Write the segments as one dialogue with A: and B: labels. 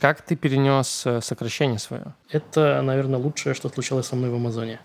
A: Как ты перенес э, сокращение свое?
B: Это, наверное, лучшее, что случалось со мной в Амазоне.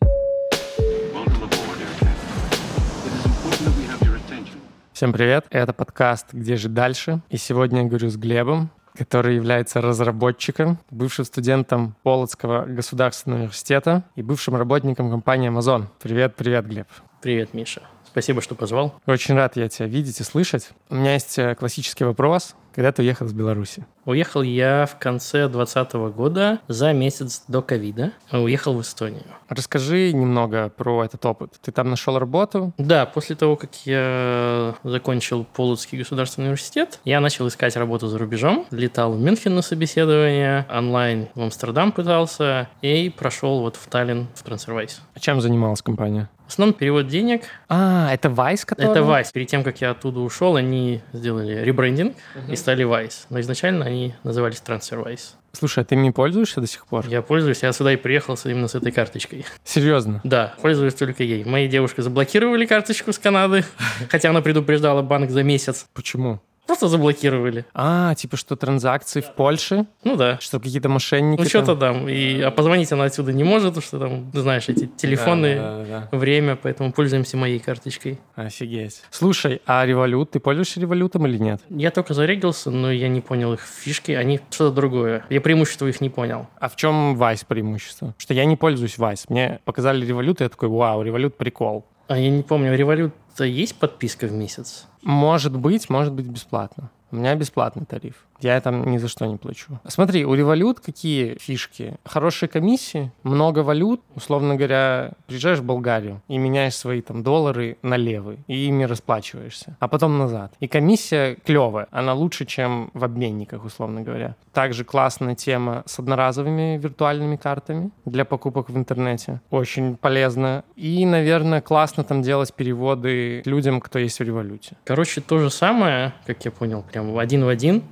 C: Welcome aboard, Air Captain. It is important that we have your attention.
A: Всем привет, это подкаст «Где же дальше?» И сегодня я говорю с Глебом, который является разработчиком, бывшим студентом Полоцкого государственного университета и бывшим работником компании Amazon. Привет, привет, Глеб.
B: Привет, Миша. Спасибо, что позвал.
A: Очень рад я тебя видеть и слышать. У меня есть э, классический вопрос. Когда ты уехал из Беларуси?
B: Уехал я в конце 2020 года за месяц до ковида. Уехал в Эстонию.
A: Расскажи немного про этот опыт. Ты там нашел работу?
B: Да, после того, как я закончил Полоцкий государственный университет, я начал искать работу за рубежом. Летал в Мюнхен на собеседование, онлайн в Амстердам пытался и прошел вот в Таллин в Трансервайс.
A: А Чем занималась компания?
B: В основном перевод денег.
A: А, это Вайс, который?
B: Это Вайс. Перед тем, как я оттуда ушел, они сделали ребрендинг и стали Вайс. Но изначально они назывались TransferWise.
A: Слушай, а ты ими пользуешься до сих пор?
B: Я пользуюсь, я сюда и приехал с- именно с этой карточкой.
A: Серьезно?
B: Да, пользуюсь только ей. Моей девушке заблокировали карточку с Канады, хотя она предупреждала банк за месяц.
A: Почему?
B: Просто заблокировали.
A: А, типа что транзакции в Польше?
B: Ну да.
A: Что какие-то мошенники
B: Ну что-то
A: там?
B: там. И, а позвонить она отсюда не может, потому что там, знаешь, эти телефоны,
A: Да, да,
B: время, поэтому пользуемся моей карточкой.
A: да. Офигеть. Слушай, а револют, ты пользуешься револютом или нет?
B: Я только зарегился, но я не понял их фишки, они что-то другое. Я преимущество их не понял.
A: А в чем Вайс преимущество? Что я не пользуюсь Вайс. Мне показали револют, и я такой, вау, револют прикол.
B: А я не помню, у революта есть подписка в месяц?
A: Может быть, может быть бесплатно. У меня бесплатный тариф. Я там ни за что не плачу. Смотри, у Revolut какие фишки? Хорошие комиссии, много валют. Условно говоря, приезжаешь в Болгарию и меняешь свои там доллары на левые, и ими расплачиваешься, а потом назад. И комиссия клевая, она лучше, чем в обменниках, условно говоря. Также классная тема с одноразовыми виртуальными картами для покупок в интернете. Очень полезно. И, наверное, классно там делать переводы людям, кто есть в Революте.
B: Короче, то же самое, как я понял, прям один в один.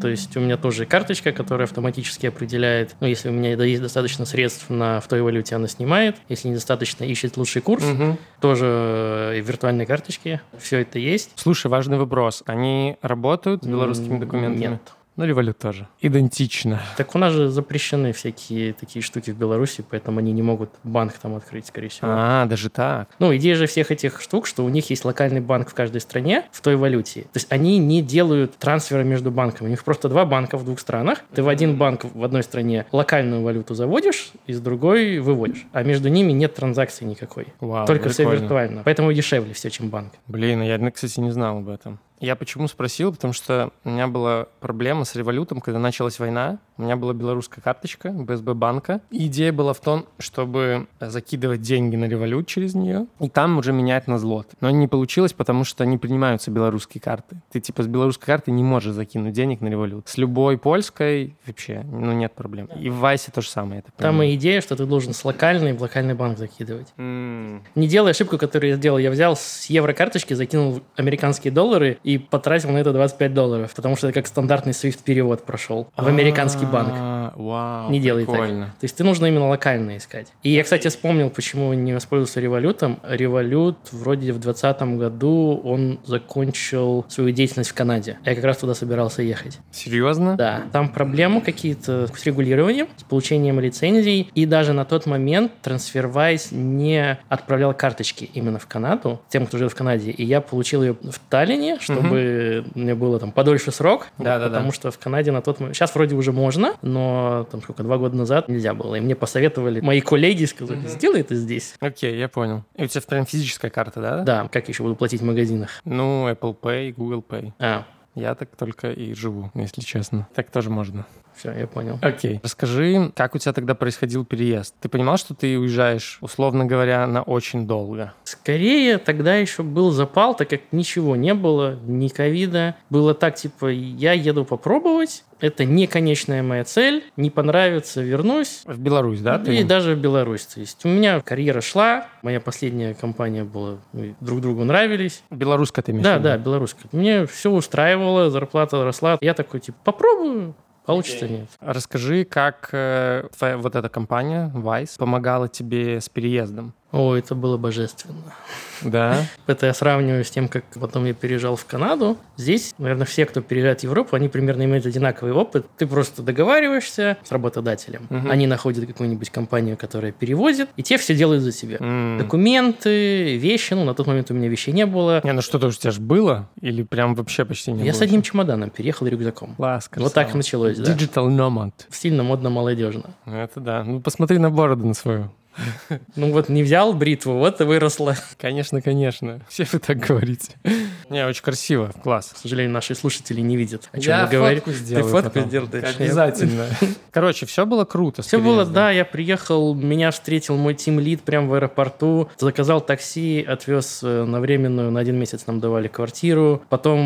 B: То есть у меня тоже карточка, которая автоматически определяет, ну, если у меня есть достаточно средств на, в той валюте, она снимает. Если недостаточно, ищет лучший курс.
A: Мгм.
B: Тоже э, и виртуальные карточки, все это есть.
A: Слушай, важный вопрос. Они работают с белорусскими
B: М,
A: документами?
B: Нет.
A: Ну, револют тоже. Идентично.
B: Так у нас же запрещены всякие такие штуки в Беларуси, поэтому они не могут банк там открыть, скорее всего.
A: А, даже так.
B: Ну, идея же всех этих штук, что у них есть локальный банк в каждой стране в той валюте. То есть они не делают трансферы между банками. У них просто два банка в двух странах. Ты в один банк в одной стране локальную валюту заводишь, из другой выводишь. А между ними нет транзакции никакой.
A: Вау,
B: Только все
A: А, прикольно.
B: виртуально. Поэтому дешевле все, чем банк.
A: Блин, я, ну, кстати, не знал об этом. Я почему спросил, потому что у меня была проблема с револютом, когда началась война. У меня была белорусская карточка БСБ банка. И идея была в том, чтобы закидывать деньги на револют через нее, и там уже менять на злот. Но не получилось, потому что не принимаются белорусские карты. Ты типа с белорусской карты не можешь закинуть денег на револют. С любой польской вообще, ну нет проблем. И в Вайсе то же самое. я так
B: Там
A: понимаю.
B: и идея, что ты должен с локальной в локальный банк закидывать.
A: М.
B: Не делай ошибку, которую я сделал. Я взял с еврокарточки, закинул в американские доллары и потратил на это 25 долларов, потому что это как стандартный SWIFT-перевод прошел в американский банк.
A: А, Вау,
B: Не делай
A: прикольно.
B: так. То есть ты нужно именно локально искать. И я, кстати, вспомнил, почему не воспользовался револютом. Револют вроде в 2020 году он закончил свою деятельность в Канаде. Я как раз туда собирался ехать.
A: Серьезно?
B: Да, там проблемы какие-то с регулированием, с получением лицензий, и даже на тот момент TransferWise не отправлял карточки именно в Канаду, тем, кто живет в Канаде, и я получил ее в Таллине, чтобы мне было там подольше срок,
A: Да-да-да.
B: потому что в Канаде на тот момент, сейчас вроде уже можно, но там сколько, два года назад нельзя было, и мне посоветовали мои коллеги, сказали, сделай это здесь.
A: Окей, я понял. И у тебя прям физическая карта, да?
B: Да, как я еще буду платить в магазинах?
A: Ну, Apple Pay, Google Pay.
B: А,
A: Я так только и живу, если честно. Так тоже можно.
B: все, я понял.
A: Окей. Расскажи, как у тебя тогда происходил переезд? Ты понимал, что ты уезжаешь, условно говоря, на очень долго?
B: Скорее, тогда еще был запал, так как ничего не было, ни ковида. Было так, типа, я еду попробовать, это не конечная моя цель, не понравится, вернусь. Ну
A: В Беларусь, да? А ты?
B: И даже в Беларусь. То есть у меня карьера шла, моя последняя компания была, мы друг другу нравились.
A: Белорусская ты имеешь в
B: Да,
A: виду?
B: да, белорусская. Мне все устраивало, зарплата росла. Я такой, типа, попробую, получится нет.
A: Расскажи, как э, твоя вот эта компания Vice помогала тебе с переездом?
B: О, это было божественно.
A: Да.
B: Это я сравниваю с тем, как потом я переезжал в Канаду. Здесь, наверное, все, кто переезжает в Европу, они примерно имеют одинаковый опыт. Ты просто договариваешься с работодателем.
A: Мгм.
B: Они находят какую-нибудь компанию, которая перевозит, и те все делают за тебя.
A: М.
B: Документы, вещи. Ну, на тот момент у меня вещей не было.
A: Не, ну что-то у тебя же было? Или прям вообще почти не было?
B: я с одним чемоданом переехал и рюкзаком.
A: Класс,
B: вот так началось, да.
A: Digital nomad.
B: Стильно, модно, молодежно.
A: Ну, Это да. Ну, посмотри на бороду на свою.
B: Ну вот не взял бритву, вот и выросла.
A: Конечно, конечно. Все вы так говорите. Не, очень красиво. Класс. А
B: К сожалению, наши слушатели не видят, о чем
A: Я
B: мы говорим.
A: фотку сделаю
B: Ты фотку
A: потом.
B: сделай, да, точнее.
A: Обязательно. Короче, все было круто.
B: Все было, да, я приехал, меня встретил мой тим-лид прямо в аэропорту, заказал такси, отвез э, на временную, на один месяц нам давали квартиру. Потом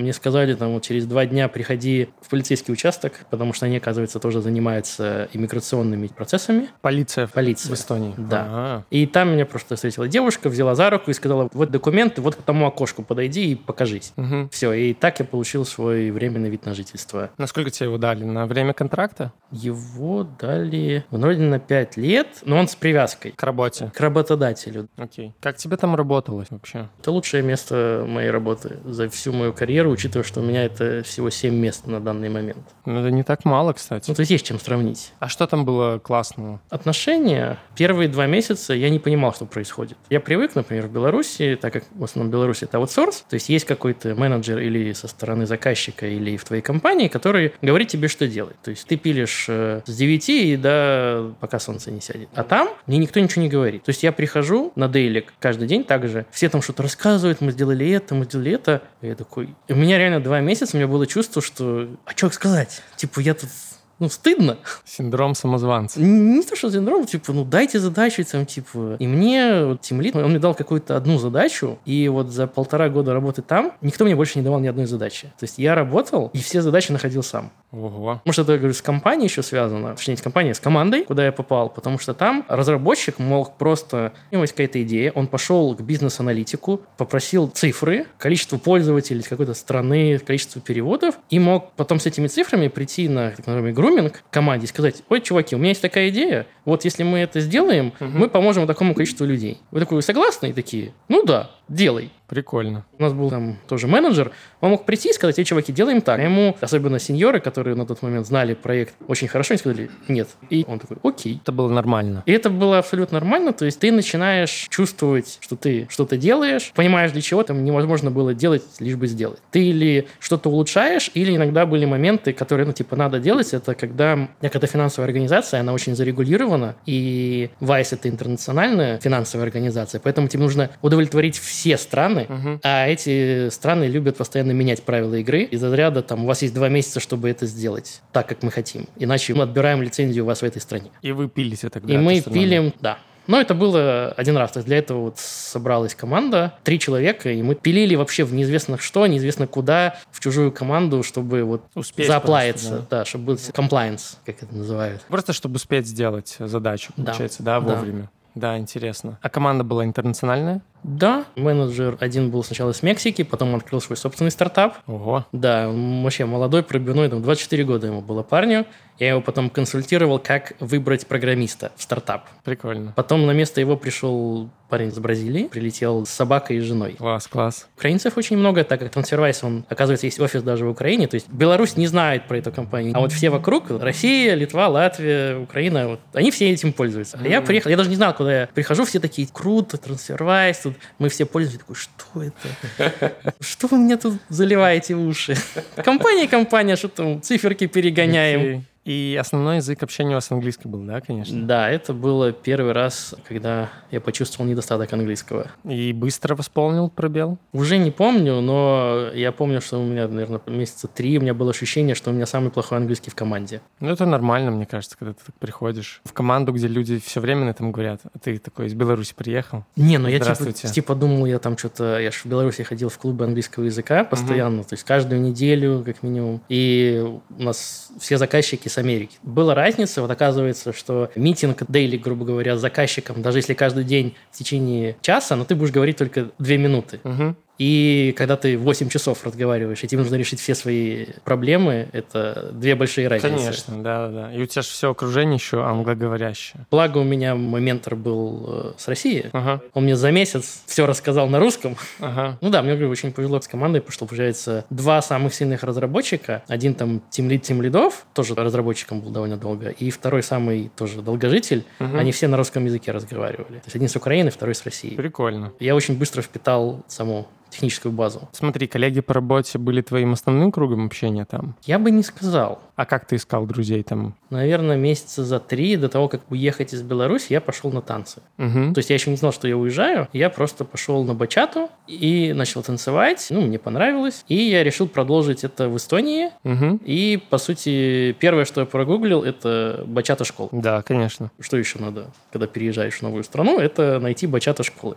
B: мне сказали, там, вот через два дня приходи в полицейский участок, потому что они, оказывается, тоже занимаются иммиграционными процессами.
A: Полиция в в
B: Полиция.
A: Эстонии.
B: Да.
A: А,
B: И там меня просто встретила девушка, взяла за руку и сказала, вот документы, вот к тому окошку подойди и покажись.
A: А. мгм.
B: Все, и так я получил свой временный вид на жительство.
A: Насколько тебе его дали? На время контракта?
B: Его дали вроде на 5 лет, но он с привязкой
A: К работе.
B: к работодателю.
A: Окей. Как тебе там работалось вообще?
B: Это лучшее место моей работы за всю мою карьеру, учитывая, что у меня это всего 7 мест на данный момент.
A: Ну, это не так мало,
B: Ну,
A: кстати.
B: то есть есть чем сравнить.
A: А что там было классного?
B: Отношения. Первые два месяца я не понимал, что происходит. Я привык, например, в Беларуси, так как в основном в Беларуси это аутсорс, то есть есть какой-то менеджер или со стороны заказчика, или в твоей компании, который говорит тебе, что делать. То есть ты пилишь э, с 9 и до пока солнце не сядет. А там мне никто ничего не говорит. То есть я прихожу на дейлик каждый день также, все там что-то рассказывают, мы сделали это, мы сделали это. И я такой... И у меня реально два месяца, у меня было чувство, что... А что сказать? Типа я тут... Ну, стыдно.
A: Синдром самозванца.
B: Не то, что синдром, типа, ну дайте задачу, там, типа. И мне, вот, Тимлит, он мне дал какую-то одну задачу, и вот за полтора года работы там никто мне больше не давал ни одной задачи. То есть я работал, и все задачи находил сам.
A: Ого.
B: Может, это, я говорю, с компанией еще связано, точнее, не с компанией, а с командой, куда я попал, потому что там разработчик мог просто... У него есть какая-то идея, он пошел к бизнес-аналитику, попросил цифры, количество пользователей из какой-то страны, количество переводов, и мог потом с этими цифрами прийти на, так называемый, груминг к команде и сказать, ой, чуваки, у меня есть такая идея, вот если мы это сделаем,
A: Мгм.
B: мы поможем такому количеству людей. Вы такой, вы согласны? И такие, ну да, делай.
A: Прикольно.
B: У нас был там тоже менеджер, он мог прийти и сказать, эй, чуваки, делаем так. А ему, особенно сеньоры, которые на тот момент знали проект очень хорошо, они сказали, нет. И он такой, окей.
A: Это было нормально.
B: И это было абсолютно нормально, то есть ты начинаешь чувствовать, что ты что-то делаешь, понимаешь, для чего там невозможно было делать, лишь бы сделать. Ты или что-то улучшаешь, или иногда были моменты, которые, ну, типа, надо делать, это когда какая-то финансовая организация, она очень зарегулирована, и Vice — это интернациональная финансовая организация, поэтому тебе нужно удовлетворить все страны,
A: Мгм.
B: а эти страны любят постоянно менять правила игры из разряда там у вас есть два месяца, чтобы это сделать так, как мы хотим. Иначе мы отбираем лицензию у вас в этой стране.
A: И вы пилите тогда.
B: И
A: это
B: мы
A: всё нормально.
B: пилим, да. Но это было один раз. То есть для этого вот собралась команда, три человека, и мы пилили вообще в неизвестно что, неизвестно куда, в чужую команду, чтобы вот
A: Успеть
B: заплаяться,
A: просто,
B: Ну, да. чтобы был compliance, как это называют.
A: Просто чтобы успеть сделать задачу,
B: Да.
A: получается, да,
B: Да.
A: вовремя. Да, интересно. А команда была интернациональная?
B: Да, менеджер один был сначала из Мексики, потом он открыл свой собственный стартап,
A: Ого.
B: Да, он вообще молодой, пробивной, там 24 года ему было парню. Я его потом консультировал, как выбрать программиста в стартап.
A: Прикольно.
B: Потом на место его пришел парень из Бразилии, прилетел с собакой и женой.
A: Класс, класс.
B: Украинцев очень много, так как Трансфервайс, он, оказывается, есть офис даже в Украине, то есть Беларусь не знает про эту компанию, а вот все вокруг, Россия, Литва, Латвия, Украина, вот, они все этим пользуются. А я
A: Мгм.
B: приехал, я даже не знал, куда я прихожу, все такие, круто, Трансфервайс, тут мы все пользуемся, Я такой, что это? Что вы мне тут заливаете в уши? Компания, компания, что там, циферки перегоняем.
A: Окей. И основной язык общения у вас английский был, да, конечно?
B: Да, это было первый раз, когда я почувствовал недостаток английского.
A: И быстро восполнил пробел?
B: Уже не помню, но я помню, что у меня, наверное, месяца три у меня было ощущение, что у меня самый плохой английский в команде.
A: Ну, это нормально, мне кажется, когда ты так приходишь в команду, где люди все время на этом говорят, а ты такой из Беларуси приехал.
B: Не, ну я типа,
A: Здравствуйте.
B: типа думал, я там что-то... Я же в Беларуси ходил в клубы английского языка постоянно, то есть каждую неделю, как минимум. И у нас все заказчики с Америки. Была разница, вот оказывается, что митинг дейли, грубо говоря, с заказчиком, даже если каждый день в течение часа, но ты будешь говорить только две минуты.
A: Мгм.
B: И когда ты 8 часов разговариваешь, и тебе нужно решить все свои проблемы, это две большие разницы.
A: Конечно, да, да. И у тебя же все окружение еще англоговорящее.
B: Благо у меня мой ментор был э, с России.
A: Ага,
B: Он мне за месяц все рассказал на русском.
A: ага.
B: Ну да, мне говорю, очень повезло с командой, потому что, получается, два самых сильных разработчика. Один там тимлид тимлидов, тоже разработчиком был довольно долго, и второй самый тоже долгожитель.
A: Мгм.
B: Они все на русском языке разговаривали. То есть один с Украины, второй с России.
A: Прикольно.
B: Я очень быстро впитал саму техническую базу.
A: Смотри, коллеги по работе были твоим основным кругом общения там.
B: Я бы не сказал.
A: А как ты искал друзей там?
B: Наверное, месяца за три до того, как уехать из Беларуси, я пошел на танцы.
A: Мгм.
B: Ну, То есть я еще не знал, что я уезжаю. Я просто пошел на бачату и начал танцевать. Ну, мне понравилось. И я решил продолжить это в Эстонии.
A: Мгм.
B: И, по сути, первое, что я прогуглил, это бачата школ.
A: Да, конечно.
B: Что еще надо, когда переезжаешь в новую страну, это найти бачата школы.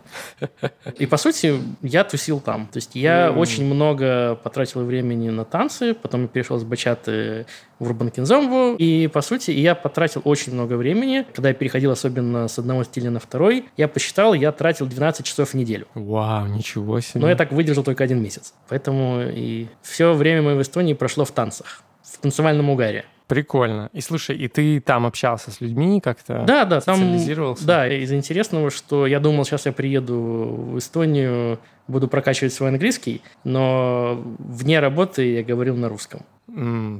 B: И, по сути, я тусил там. То есть я
A: М.
B: очень много потратил времени на танцы, потом я перешел с бачаты в урбанкинзомбу. И, по сути, я потратил очень много времени. Когда я переходил особенно с одного стиля на второй, я посчитал, я тратил 12 часов в неделю.
A: Вау, ничего себе.
B: Но я так выдержал только один месяц. Поэтому и все время мое в Эстонии прошло в танцах. В танцевальном угаре.
A: Прикольно. И слушай, и ты там общался с людьми как-то?
B: Да, да, там...
A: Социализировался?
B: Да, из интересного, что я думал, сейчас я приеду в Эстонию, буду прокачивать свой английский, но вне работы я говорил на русском.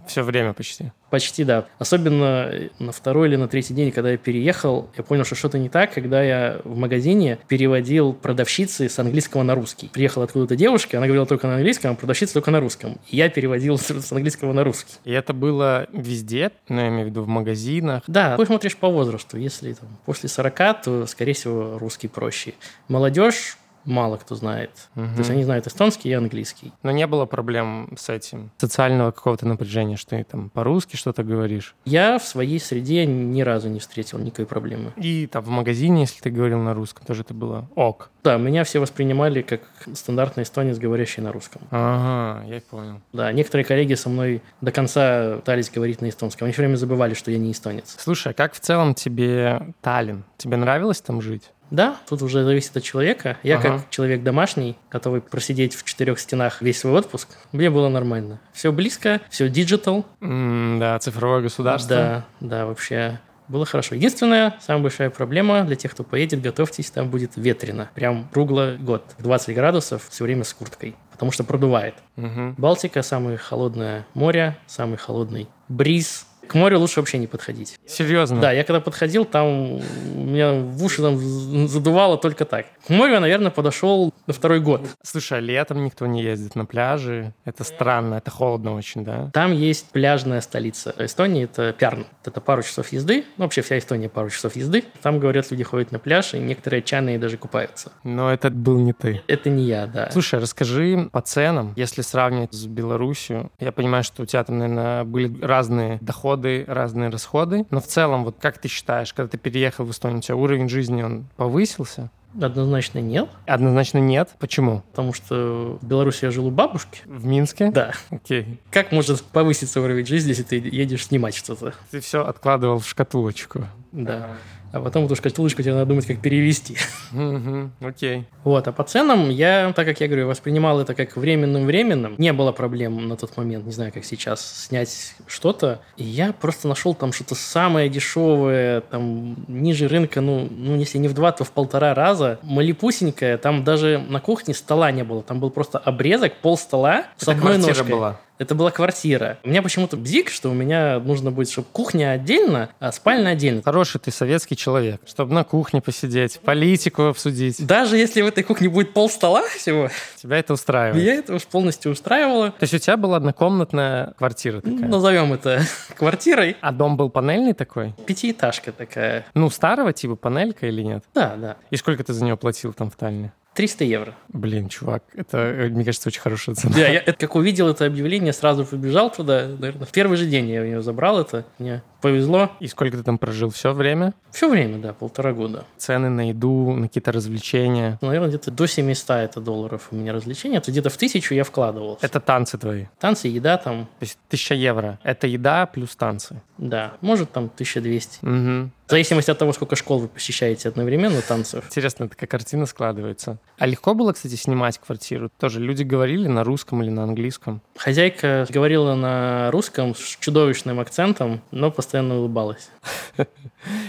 A: все время почти.
B: Почти да. Особенно э, на второй или на третий день, когда я переехал, я понял, что что-то не так, когда я в магазине переводил продавщицы с английского на русский. Приехала откуда-то девушка, она говорила только на английском, а продавщица только на русском. И я переводил с с английского на русский.
A: И это было везде, ну, я имею в виду в магазинах.
B: Да, ты смотришь по возрасту. Если там, после 40, то, скорее всего, русский проще. Молодежь мало кто знает.
A: Мгм.
B: То есть они знают эстонский и английский.
A: Но не было проблем с этим. Социального какого-то напряжения, что ты там по-русски что-то говоришь.
B: Я в своей среде ни разу не встретил никакой проблемы.
A: И там в магазине, если ты говорил на русском, тоже это было ок.
B: Да, меня все воспринимали как стандартный эстонец, говорящий на русском.
A: Ага, я понял.
B: Да, некоторые коллеги со мной до конца пытались говорить на эстонском. Они все время забывали, что я не эстонец.
A: Слушай, а как в целом тебе Таллин? Тебе нравилось там жить?
B: Да, тут уже зависит от человека. Я
A: Ага.
B: как человек домашний, готовый просидеть в четырех стенах весь свой отпуск, мне было нормально. Все близко, все диджитал,
A: М, да, цифровое государство.
B: Да, да, вообще было хорошо. Единственная, самая большая проблема для тех, кто поедет, готовьтесь, там будет ветрено. Прям круглый год. 20 градусов все время с курткой, потому что продувает.
A: Мгм.
B: Балтика – самое холодное море, самый холодный бриз. К морю лучше вообще не подходить.
A: Серьезно?
B: Да, я когда подходил, там у меня в уши там з- задувало только так. К морю я, наверное, подошел на второй год.
A: Слушай, а летом никто не ездит на пляжи. Это странно, это холодно очень, да?
B: Там есть пляжная столица Эстонии, это Пярн. Это пару часов езды, ну, вообще вся Эстония пару часов езды. Там, говорят, люди ходят на пляж, и некоторые чайные даже купаются.
A: Но это был не ты.
B: Это не я, да.
A: Слушай, а расскажи по ценам, если сравнивать с Беларусью. Я понимаю, что у тебя там, наверное, были разные доходы, разные расходы. Но в целом, вот как ты считаешь, когда ты переехал в Эстонию, у тебя уровень жизни, он повысился?
B: Однозначно нет,
A: Однозначно нет. Почему?
B: потому что в Беларуси я жил у бабушки.
A: В Минске?
B: Да.
A: Окей.
B: Как может повыситься уровень жизни, если ты едешь снимать что-то?
A: Ты все откладывал в шкатулочку.
B: Да. А потом эту шкатулочку тебе надо думать, как перевести.
A: Мгм. Окей.
B: Вот, а по ценам я, так как я говорю, воспринимал это как временным-временным, не было проблем на тот момент, не знаю, как сейчас, снять что-то, и я просто нашел там что-то самое дешевое, там, ниже рынка, ну, ну, если не в два, то в полтора раза, малипусенькая, там даже на кухне стола не было, там был просто обрезок, пол стола с
A: Это
B: одной
A: квартира
B: ножкой.
A: была.
B: Это была квартира. У меня почему-то бзик, что у меня нужно будет, чтобы кухня отдельно, а спальня отдельно.
A: Хороший ты советский человек, чтобы на кухне посидеть, политику обсудить.
B: Даже если в этой кухне будет пол стола всего,
A: Тебя это устраивает.
B: меня это уж полностью устраивало.
A: То есть у тебя была однокомнатная квартира такая?
B: Назовем это квартирой.
A: А дом был панельный такой?
B: Пятиэтажка такая.
A: Ну, старого типа панелька или нет?
B: Да, да.
A: И сколько ты за нее платил там в Таллине?
B: 300 евро.
A: Блин, чувак, это, э, мне кажется, очень хорошая цена.
B: Да, я это- как увидел это объявление, сразу побежал туда. Наверное, в первый же день я у нее забрал это. Мне Повезло.
A: И сколько ты там прожил? Все время?
B: Все время, да, полтора года.
A: Цены на еду, на какие-то развлечения.
B: Наверное, где-то до 700 это долларов у меня развлечения. То где-то в тысячу я вкладывался.
A: Это танцы твои.
B: Танцы, еда там,
A: То есть 1000 евро. Это еда плюс танцы.
B: да, может там 1200.
A: Мгм.
B: В зависимости от того, сколько школ вы посещаете одновременно танцев.
A: Интересно, такая картина складывается. А легко было, кстати, снимать квартиру? Тоже люди говорили на русском или на английском.
B: Хозяйка говорила на русском с чудовищным акцентом, но постоянно улыбалась.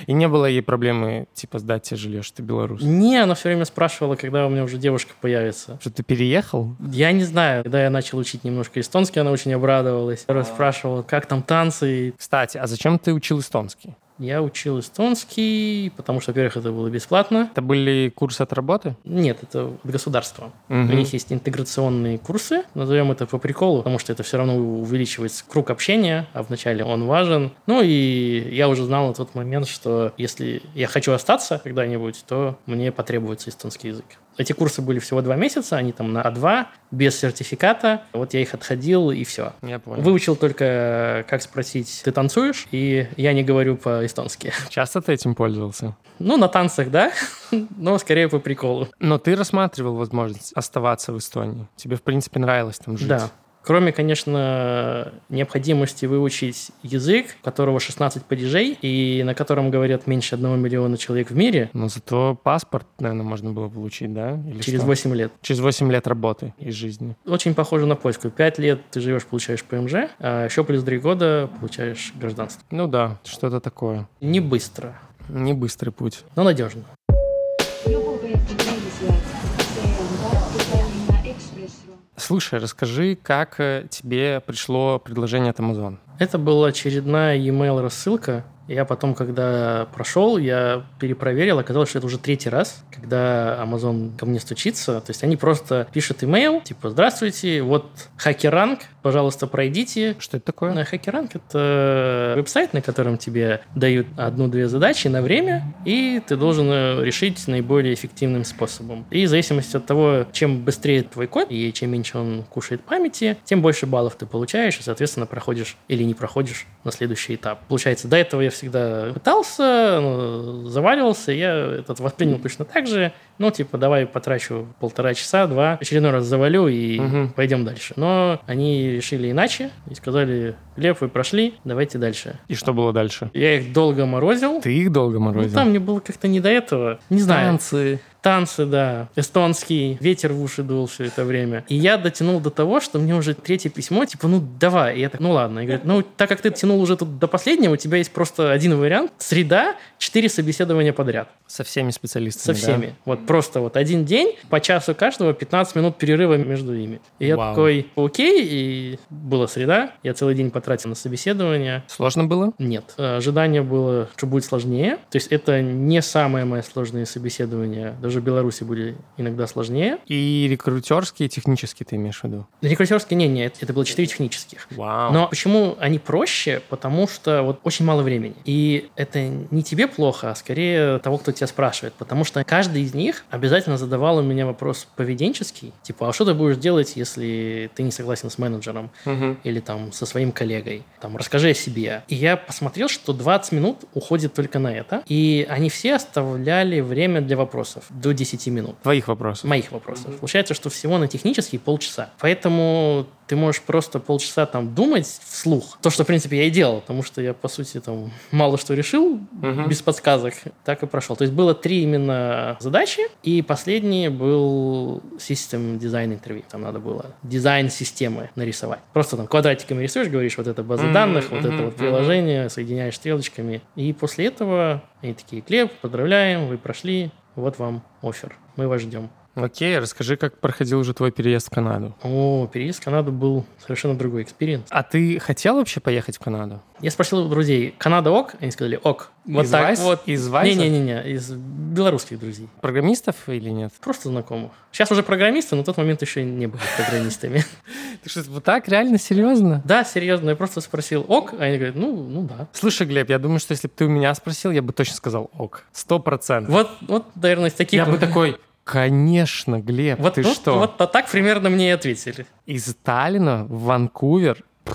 A: И не было ей проблемы, типа, сдать тебе жилье, что ты белорус.
B: Не, она все время спрашивала, когда у меня уже девушка появится.
A: Что ты переехал?
B: Я не знаю, когда я начал учить немножко эстонский, она очень обрадовалась. Расспрашивала, как там танцы. И
A: Кстати, а зачем ты учил эстонский?
B: Я учил эстонский, потому что, во-первых, это было бесплатно.
A: Это были курсы от работы?
B: Нет, это от государства. У
A: Мгм.
B: них есть интеграционные курсы, назовем это по приколу, потому что это все равно увеличивается круг общения, а вначале он важен. Ну и я уже знал на тот момент, что если я хочу остаться когда-нибудь, то мне потребуется эстонский язык. Эти курсы были всего два месяца, они там на А2, без сертификата. Вот я их отходил, и все.
A: Я понял.
B: Выучил только, как спросить, ты танцуешь? И я не говорю по-эстонски.
A: Часто ты этим пользовался?
B: Ну, на танцах, да, но скорее по приколу.
A: Но ты рассматривал возможность оставаться в Эстонии. Тебе, в принципе, нравилось там жить.
B: Да. Кроме, конечно, необходимости выучить язык, у которого 16 падежей, и на котором говорят меньше 1 миллиона человек в мире
A: Но зато паспорт, наверное, можно было получить, да? Или
B: через
A: что?
B: 8 лет.
A: Через 8 лет работы и жизни.
B: Очень похоже на польскую. 5 лет ты живешь, получаешь ПМЖ, а еще плюс 3 года получаешь гражданство.
A: Ну да, что-то такое.
B: Не быстро,
A: Не быстрый путь.
B: но надежно.
D: lugupeetud reisijad , see on Tartu-Tallinna Ekspressrong .
A: Слушай, расскажи, как э, тебе пришло предложение от Amazon?
B: Это была очередная e-mail рассылка. Я потом, когда прошел, я перепроверил, оказалось, что это уже третий раз, когда Amazon ко мне стучится. То есть они просто пишут имейл, типа, здравствуйте, вот хакеранг, пожалуйста, пройдите.
A: Что это такое?
B: На Хакеранг это э, веб-сайт, на котором тебе дают одну-две задачи на время, и ты должен э, решить наиболее эффективным способом. И в зависимости от того, чем быстрее твой код и чем меньше он кушает памяти, тем больше баллов ты получаешь, и, соответственно, проходишь или не проходишь на следующий этап. Получается, до этого я всегда пытался, ну, заваливался, я этот воспринял точно так же. Ну, типа, давай потрачу полтора часа, два, очередной раз завалю и
A: Мгм.
B: пойдем дальше. Но они решили иначе и сказали, Глеб, вы прошли, давайте дальше.
A: И что было дальше?
B: Я их долго морозил.
A: Ты их долго
B: Ну,
A: морозил?
B: там мне было как-то не до этого. Не знаю.
A: Танцы.
B: Танцы, да. Эстонский. Ветер в уши дул все это время. И я дотянул до того, что мне уже третье письмо, типа, ну, давай. И я так, ну, ладно. И говорят, ну, так как ты тянул уже тут до последнего, у тебя есть просто один вариант. Среда, четыре собеседования подряд.
A: Со всеми специалистами,
B: Со
A: да?
B: всеми. Вот просто вот один день, по часу каждого, 15 минут перерыва между ними. И я
A: Вау.
B: такой, окей, и была среда, я целый день потратил на собеседование.
A: Сложно было?
B: Нет. Э, Ожидание было, что будет сложнее. То есть это не самые мои сложные собеседования. Даже в Беларуси были иногда сложнее.
A: И рекрутерские, и технические ты имеешь в виду?
B: Рекрутерские, не, нет, это было 4 технических.
A: Вау.
B: Но почему они проще? Потому что вот очень мало времени. И это не тебе плохо, а скорее того, кто тебя спрашивает. Потому что каждый из них обязательно задавал у меня вопрос поведенческий. Типа, а что ты будешь делать, если ты не согласен с менеджером?
A: Мгм.
B: или там со своим коллегой. Там, расскажи о себе. И я посмотрел, что 20 минут уходит только на это. И они все оставляли время для вопросов до 10 минут.
A: Твоих вопросов.
B: Моих вопросов. Получается, что всего на технический полчаса. Поэтому ты можешь просто полчаса там думать вслух. То, что, в принципе, я и делал, потому что я, по сути, там мало что решил
A: Мгм.
B: без подсказок. Так и прошел. То есть было три именно задачи, и последний был систем дизайн интервью. Там надо было дизайн системы нарисовать. Просто там квадратиками рисуешь, говоришь, вот это база
A: Мгм,
B: данных, вот это
A: мгм,
B: вот
A: мгм.
B: приложение, соединяешь стрелочками. И после этого они такие, Глеб, поздравляем, вы прошли, вот вам офер, мы вас ждем.
A: Окей, расскажи, как проходил уже твой переезд в Канаду.
B: О, переезд в Канаду был совершенно другой экспириенс.
A: А ты хотел вообще поехать в Канаду?
B: Я спросил у друзей, Канада ок? Они сказали, ок. Вот
A: из
B: так
A: Вайс-
B: вот.
A: Из Вайса?
B: Не-не-не, из белорусских друзей.
A: Программистов или нет?
B: Просто знакомых. Сейчас уже программисты, но в тот момент еще не были программистами.
A: Ты что, вот так реально серьезно?
B: Да, серьезно, я просто спросил ок, а они говорят, ну, ну да.
A: Слушай, Глеб, я думаю, что если бы ты у меня спросил, я бы точно сказал ок. Сто процентов.
B: Вот, вот, наверное, из таких...
A: Я бы
B: вот-
A: такой, конечно, Глеб,
B: вот,
A: ты
B: вот,
A: что?
B: Вот а так примерно мне и ответили.
A: Из Таллина в Ванкувер? Пф,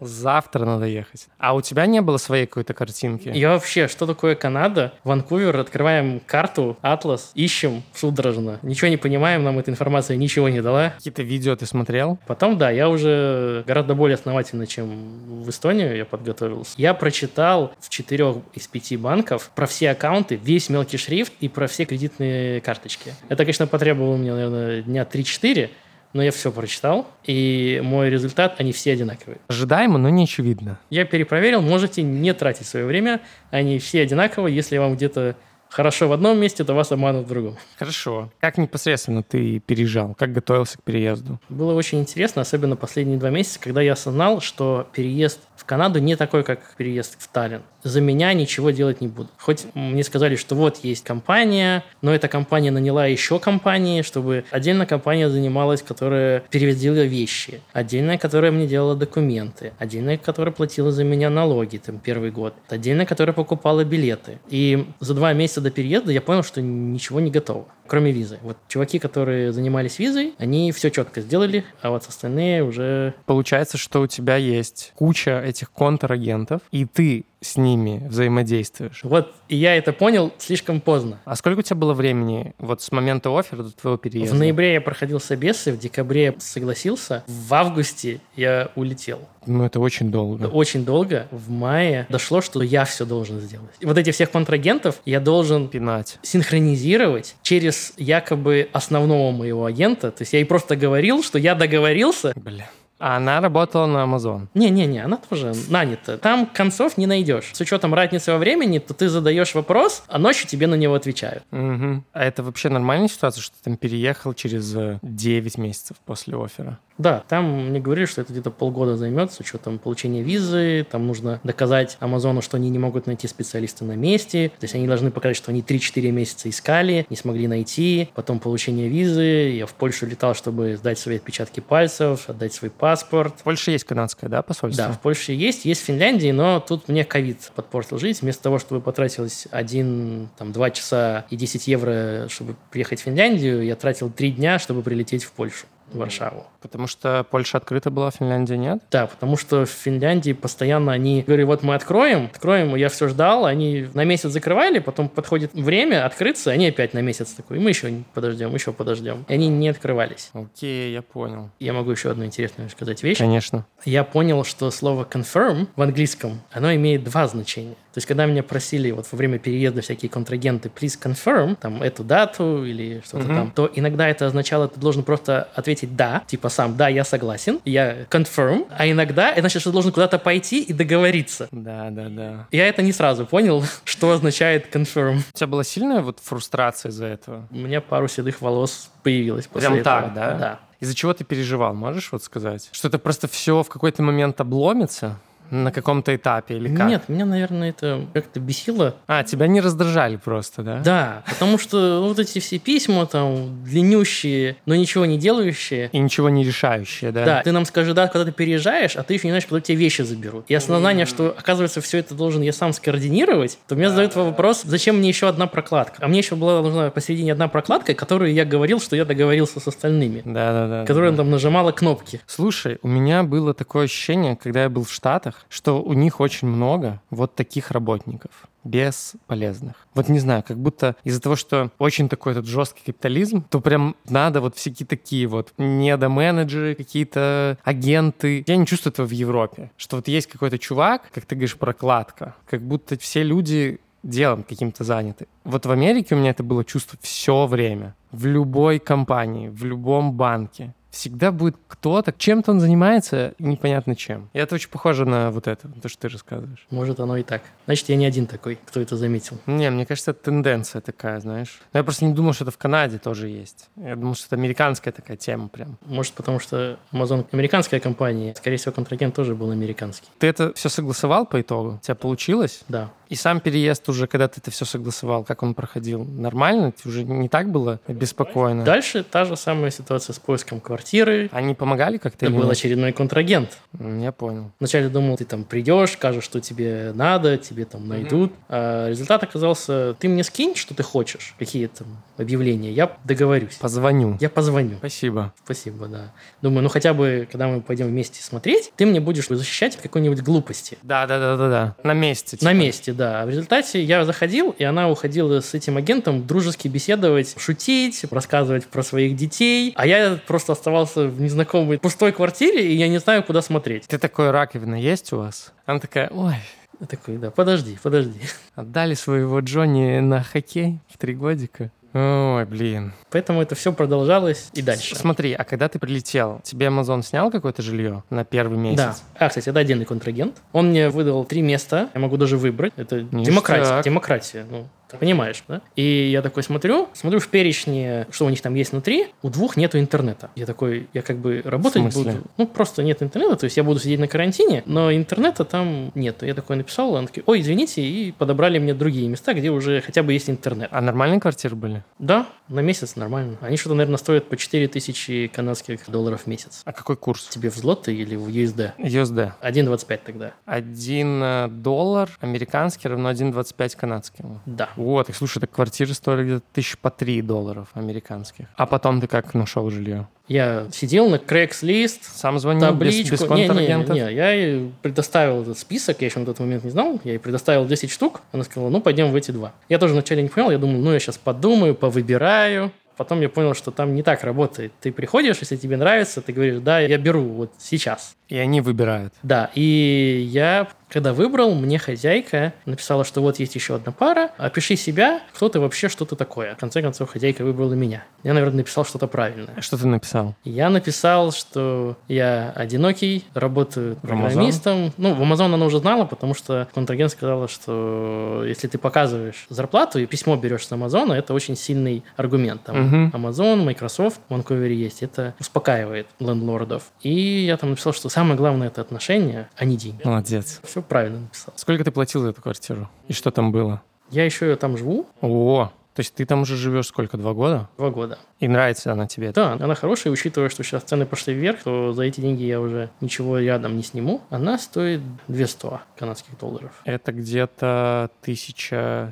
A: Завтра надо ехать. А у тебя не было своей какой-то картинки?
B: Я вообще, что такое Канада? Ванкувер, открываем карту, атлас, ищем судорожно. Ничего не понимаем, нам эта информация ничего не дала.
A: Какие-то видео ты смотрел?
B: Потом, да, я уже гораздо более основательно, чем в Эстонию я подготовился. Я прочитал в четырех из пяти банков про все аккаунты, весь мелкий шрифт и про все кредитные карточки. Это, конечно, потребовало мне, наверное, дня 3-4, но я все прочитал, и мой результат, они все одинаковые.
A: Ожидаемо, но не очевидно.
B: Я перепроверил, можете не тратить свое время, они все одинаковые, если вам где-то хорошо в одном месте, то вас обманут в другом.
A: Хорошо. Как непосредственно ты переезжал? Как готовился к переезду?
B: Было очень интересно, особенно последние два месяца, когда я осознал, что переезд в Канаду не такой, как переезд в Таллин. За меня ничего делать не буду. Хоть мне сказали, что вот есть компания, но эта компания наняла еще компании, чтобы отдельно компания занималась, которая перевозила вещи, отдельная, которая мне делала документы, отдельная, которая платила за меня налоги там первый год, отдельная, которая покупала билеты. И за два месяца до переезда я понял, что ничего не готово кроме визы. Вот чуваки, которые занимались визой, они все четко сделали, а вот остальные уже...
A: Получается, что у тебя есть куча этих контрагентов, и ты с ними взаимодействуешь.
B: Вот и я это понял слишком поздно.
A: А сколько у тебя было времени вот с момента оффера до твоего переезда?
B: В ноябре я проходил собесы, в декабре я согласился, в августе я улетел.
A: Ну, это очень долго.
B: Это Очень долго, в мае, дошло, что я все должен сделать. И вот эти всех контрагентов я должен
A: Пинать.
B: синхронизировать через якобы основного моего агента. То есть я ей просто говорил, что я договорился.
A: Бля. А она работала на Amazon.
B: Не-не-не, она тоже нанята. Там концов не найдешь. С учетом разницы во времени, то ты задаешь вопрос, а ночью тебе на него отвечают.
A: Мгм. А это вообще нормальная ситуация, что ты там переехал через э, 9 месяцев после оффера?
B: Да, там мне говорили, что это где-то полгода займет с учетом получения визы, там нужно доказать Амазону, что они не могут найти специалиста на месте, то есть они должны показать, что они 3-4 месяца искали, не смогли найти, потом получение визы, я в Польшу летал, чтобы сдать свои отпечатки пальцев, отдать свой паспорт.
A: В Польше есть канадское, да, посольство?
B: Да, в Польше есть, есть в Финляндии, но тут мне ковид подпортил жизнь. Вместо того, чтобы потратилось один, там, два часа и 10 евро, чтобы приехать в Финляндию, я тратил три дня, чтобы прилететь в Польшу, в Варшаву.
A: Потому что Польша открыта была, а Финляндия нет?
B: Да, потому что в Финляндии постоянно они говорят, вот мы откроем, откроем, я все ждал, они на месяц закрывали, потом подходит время открыться, они опять на месяц такой, мы еще подождем, еще подождем. И они не открывались.
A: Окей, я понял.
B: Я могу еще одну интересную сказать вещь.
A: Конечно.
B: Я понял, что слово confirm в английском, оно имеет два значения. То есть, когда меня просили вот во время переезда всякие контрагенты please confirm, там, эту дату или что-то
A: Мгм.
B: там, то иногда это означало, ты должен просто ответить «да», типа сам «да, я согласен», я confirm, а иногда это значит, что ты должен куда-то пойти и договориться.
A: Да, да, да.
B: Я это не сразу понял, что означает confirm.
A: У тебя была сильная вот фрустрация из-за этого?
B: У меня пару седых волос появилось после
A: Прям
B: этого.
A: так, да?
B: Да.
A: Из-за чего ты переживал, можешь вот сказать? Что это просто все в какой-то момент обломится на каком-то этапе или как?
B: Нет, меня, наверное, это как-то бесило,
A: А, тебя не раздражали просто, да?
B: Да, потому что вот эти все письма там длиннющие, но ничего не делающие.
A: И ничего не решающее, да?
B: Да, ты нам скажи, да, когда ты переезжаешь, а ты еще не знаешь, куда тебе вещи заберут. И осознание, что, оказывается, все это должен я сам скоординировать, то мне задают вопрос, зачем мне еще одна прокладка? А мне еще была нужна посередине одна прокладка, которую я говорил, что я договорился с остальными,
A: Да, да, да.
B: которая там нажимала кнопки.
A: Слушай, у меня было такое ощущение, когда я был в Штатах, что у них очень много вот таких работников бесполезных. Вот не знаю, как будто из-за того, что очень такой этот жесткий капитализм, то прям надо вот всякие такие вот недоменеджеры, какие-то агенты. Я не чувствую этого в Европе, что вот есть какой-то чувак, как ты говоришь, прокладка, как будто все люди делом каким-то заняты. Вот в Америке у меня это было чувство все время. В любой компании, в любом банке. Всегда будет кто-то, чем-то он занимается, и непонятно чем. И это очень похоже на вот это, то, что ты рассказываешь.
B: Может, оно и так. Значит, я не один такой, кто это заметил.
A: Не, мне кажется, это тенденция такая, знаешь. Но я просто не думал, что это в Канаде тоже есть. Я думал, что это американская такая тема прям.
B: Может, потому что Amazon американская компания, скорее всего, контрагент тоже был американский.
A: Ты это все согласовал по итогу? У тебя получилось?
B: Да.
A: И И сам переезд уже, когда ты это все согласовал, как он проходил? Нормально? Ты уже не так было беспокойно?
B: Дальше та же самая ситуация с поиском квартиры.
A: Они помогали как-то?
B: Это
A: или
B: был
A: нет?
B: очередной контрагент.
A: М, Я понял.
B: Вначале думал, ты там придешь, скажешь, что тебе надо, тебе там найдут. А результат оказался, ты мне скинь, что ты хочешь, какие там объявления, я договорюсь.
A: Позвоню.
B: Я позвоню.
A: Спасибо.
B: Спасибо, да. Думаю, ну хотя бы, когда мы пойдем вместе смотреть, ты мне будешь защищать от какой-нибудь глупости.
A: Да, да, да, да, да. На месте. типа.
B: На месте, да. А в результате я заходил, и она уходила с этим агентом дружески беседовать, шутить, рассказывать про своих детей. А я просто оставался в незнакомой пустой квартире, и я не знаю, куда смотреть.
A: Ты такой, раковина есть у вас? Она такая, ой,
B: Я такой, да, подожди, подожди.
A: отдали своего Джонни на хоккей в три годика. Ой, блин.
B: Поэтому это все продолжалось и дальше.
A: С- Смотри, а когда ты прилетел, тебе Amazon снял какое-то жилье на первый месяц?
B: Да. А, кстати, это отдельный контрагент. Он мне выдал три места. Я могу даже выбрать. Это
A: Ништяк.
B: демократия. Демократия. Ну, ты понимаешь, да? И я такой смотрю, смотрю в перечне, что у них там есть внутри. У двух нету интернета. Я такой, я как бы работать
A: В смысле?
B: буду. Ну, просто нет интернета. То есть я буду сидеть на карантине, но интернета там нету. Я такой написал, она такие, ой, извините, и подобрали мне другие места, где уже хотя бы есть интернет.
A: А нормальные квартиры были?
B: Да, на месяц нормально. Они что-то, наверное, стоят по 4000 канадских долларов в месяц.
A: А какой курс?
B: Тебе в злоты или в USD?
A: USD.
B: 1,25 тогда.
A: 1 э, доллар американский равно 1,25 канадскому.
B: Да.
A: Вот, так слушай, так квартиры стоили где-то тысяч по 3 долларов американских. А потом ты как нашел жилье?
B: Я сидел на Craigslist,
A: Сам звонил без,
B: табличку.
A: без
B: не, не,
A: контрагентов?
B: не, я ей предоставил этот список, я еще на тот момент не знал, я ей предоставил 10 штук, она сказала, ну, пойдем в эти два. Я тоже вначале не понял, я думал, ну, я сейчас подумаю, повыбираю. Потом я понял, что там не так работает. Ты приходишь, если тебе нравится, ты говоришь, да, я беру вот сейчас.
A: И они выбирают.
B: Да, и я, когда выбрал, мне хозяйка написала, что вот есть еще одна пара, опиши себя, кто ты вообще, что ты такое. В конце концов, хозяйка выбрала меня. Я, наверное, написал что-то правильное.
A: Что ты написал?
B: Я написал, что я одинокий, работаю
A: В Amazon?
B: программистом. Ну, в Amazon она уже знала, потому что контрагент сказала, что если ты показываешь зарплату и письмо берешь с Амазона, это очень сильный аргумент. Там
A: Мгм.
B: Amazon, Microsoft в Ванкувере есть. Это успокаивает лендлордов. И я там написал, что самое главное – это отношения, а не деньги.
A: Молодец.
B: Все правильно написал.
A: Сколько ты платил за эту квартиру? И что там было?
B: Я еще там живу
A: О, то есть ты там уже живешь сколько, два года?
B: два года.
A: И нравится она тебе?
B: Да, она хорошая, учитывая, что сейчас цены пошли вверх, то за эти деньги я уже ничего рядом не сниму. Она стоит 200 канадских долларов.
A: Это где-то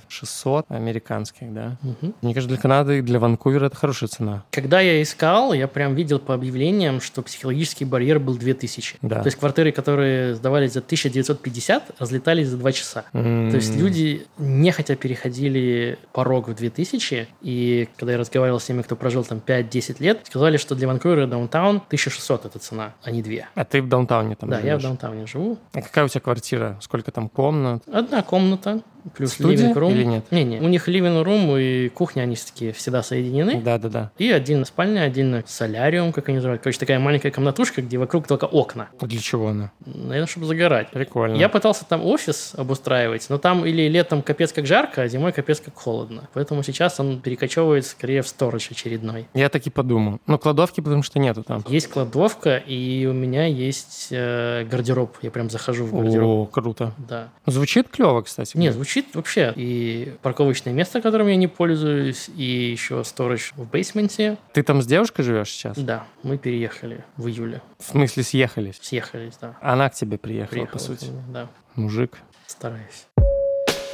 A: 1600 американских, да?
B: Мгм.
A: Мне кажется, для Канады и для Ванкувера это хорошая цена.
B: Когда я искал, я прям видел по объявлениям, что психологический барьер был 2000.
A: Да.
B: То есть квартиры, которые сдавались за 1950, разлетались за 2 часа. То есть люди нехотя переходили порог в 2000, и когда я разговаривал с теми, кто прожил там 5-10 лет, сказали, что для Ванкувера даунтаун 1600 это цена, а не 2.
A: А ты в даунтауне там
B: да, я в
A: живешь?
B: даунтауне живу.
A: А какая у тебя квартира? Сколько там комнат?
B: Одна комната, плюс
A: Студия
B: living room.
A: или нет?
B: Не-не, у них living room и кухня, они такие всегда соединены.
A: Да-да-да.
B: И отдельно спальня, отдельно соляриум, как они называют. Короче, такая маленькая комнатушка, где вокруг только окна.
A: А Для чего она?
B: Наверное, чтобы загорать.
A: Прикольно.
B: Я пытался там офис обустраивать, но там или летом капец как жарко, а зимой капец как холодно. Поэтому сейчас он перекочевывает скорее в сторож очередной.
A: Я так и подумал. Но кладовки, потому что нету там.
B: Есть кладовка, и у меня есть э, гардероб. Я прям захожу в гардероб.
A: О, круто.
B: Да.
A: Звучит клево, кстати.
B: Не, звучит вообще. И парковочное место, которым я не пользуюсь, и еще сторож в бейсменте.
A: Ты там с девушкой живешь сейчас?
B: Да, мы переехали в июле.
A: В смысле, съехались?
B: Съехались, да.
A: Она к тебе приехала,
B: Приехала
A: по
B: ко
A: сути.
B: мне, Да,
A: Мужик.
B: стараюсь.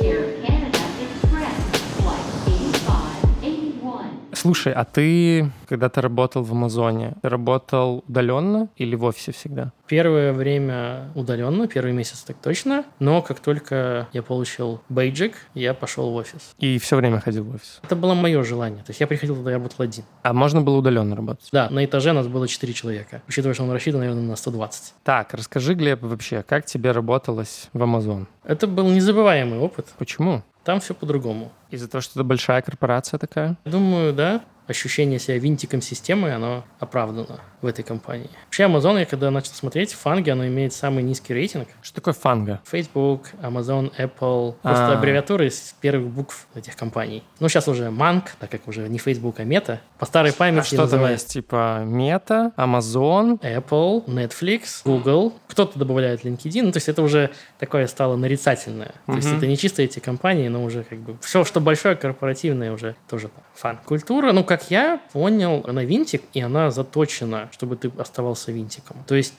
D: Air Canada Express, flight 8581.
A: Слушай, а ты, когда ты работал в Амазоне, ты работал удаленно или в офисе всегда?
B: Первое время удаленно, первый месяц так точно, но как только я получил бейджик, я пошел в офис.
A: И все время ходил в офис.
B: Это было мое желание. То есть я приходил туда, я работал один.
A: А можно было удаленно работать?
B: Да, на этаже нас было 4 человека. Учитывая, что он рассчитан, наверное, на 120.
A: Так, расскажи, Глеб, вообще, как тебе работалось в Амазон?
B: Это был незабываемый опыт.
A: Почему?
B: Там все по-другому.
A: Из-за того, что это большая корпорация такая?
B: Думаю, да. ощущение себя винтиком системы, оно оправдано в этой компании. Вообще, Amazon, я когда начал смотреть, фанги, оно имеет самый низкий рейтинг.
A: Что такое фанга?
B: Facebook, Amazon, Apple. Просто
A: А.
B: аббревиатуры из первых букв этих компаний. Ну, сейчас уже Манк, так как уже не Facebook, а Мета. По старой памяти
A: А что там
B: называют
A: есть? Типа Мета, Amazon.
B: Apple, Netflix, Google. Кто-то добавляет LinkedIn. Ну, то есть это уже такое стало нарицательное. То есть
A: Мгм.
B: это не чисто эти компании, но уже как бы все, что большое, корпоративное уже тоже фан. Культура, ну, как я понял, она винтик, и она заточена, чтобы ты оставался винтиком. То есть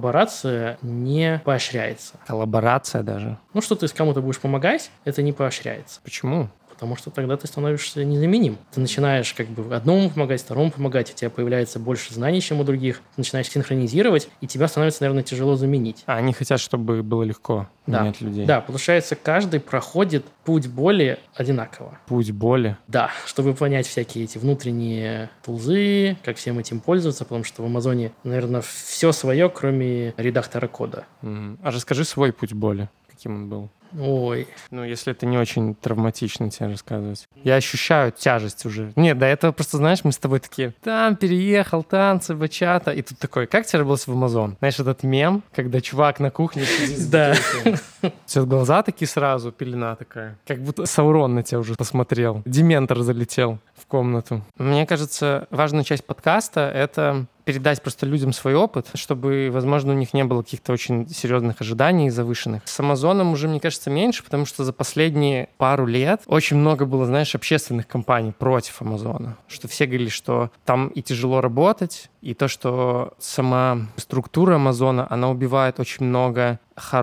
B: коллаборация не поощряется.
A: Коллаборация даже.
B: Ну, что ты с кому-то будешь помогать, это не поощряется.
A: Почему?
B: Потому что тогда ты становишься незаменим. Ты начинаешь как бы одному помогать, второму помогать, у тебя появляется больше знаний, чем у других, ты начинаешь синхронизировать, и тебя становится, наверное, тяжело заменить.
A: А они хотят, чтобы было легко
B: Да.
A: менять людей.
B: Да, получается, каждый проходит путь боли одинаково.
A: Путь боли.
B: Да, чтобы понять всякие эти внутренние тулзы, как всем этим пользоваться, потому что в Амазоне, наверное, все свое, кроме редактора кода.
A: М. А расскажи свой путь боли. Каким он был?
B: Ой,
A: Ну, если это не очень травматично тебе рассказывать. Я ощущаю тяжесть уже. Нет, до этого просто, знаешь, мы с тобой такие, там переехал, танцы, бачата. И тут такой, как тебе работать в Амазон? Знаешь, этот мем, когда чувак на кухне сидит с
B: Да.
A: бутылкой. У тебя глаза такие сразу, пелена такая. Как будто Саурон на тебя уже посмотрел. Дементор залетел в комнату. Мне кажется, важная часть подкаста — это передать просто людям свой опыт, чтобы, возможно, у них не было каких-то очень серьезных ожиданий завышенных. С Амазоном уже, мне кажется, меньше, потому что за последние пару лет очень много было, знаешь, общественных компаний против Амазона, что все говорили, что там и тяжело работать, и то, что сама структура Амазона, она убивает очень много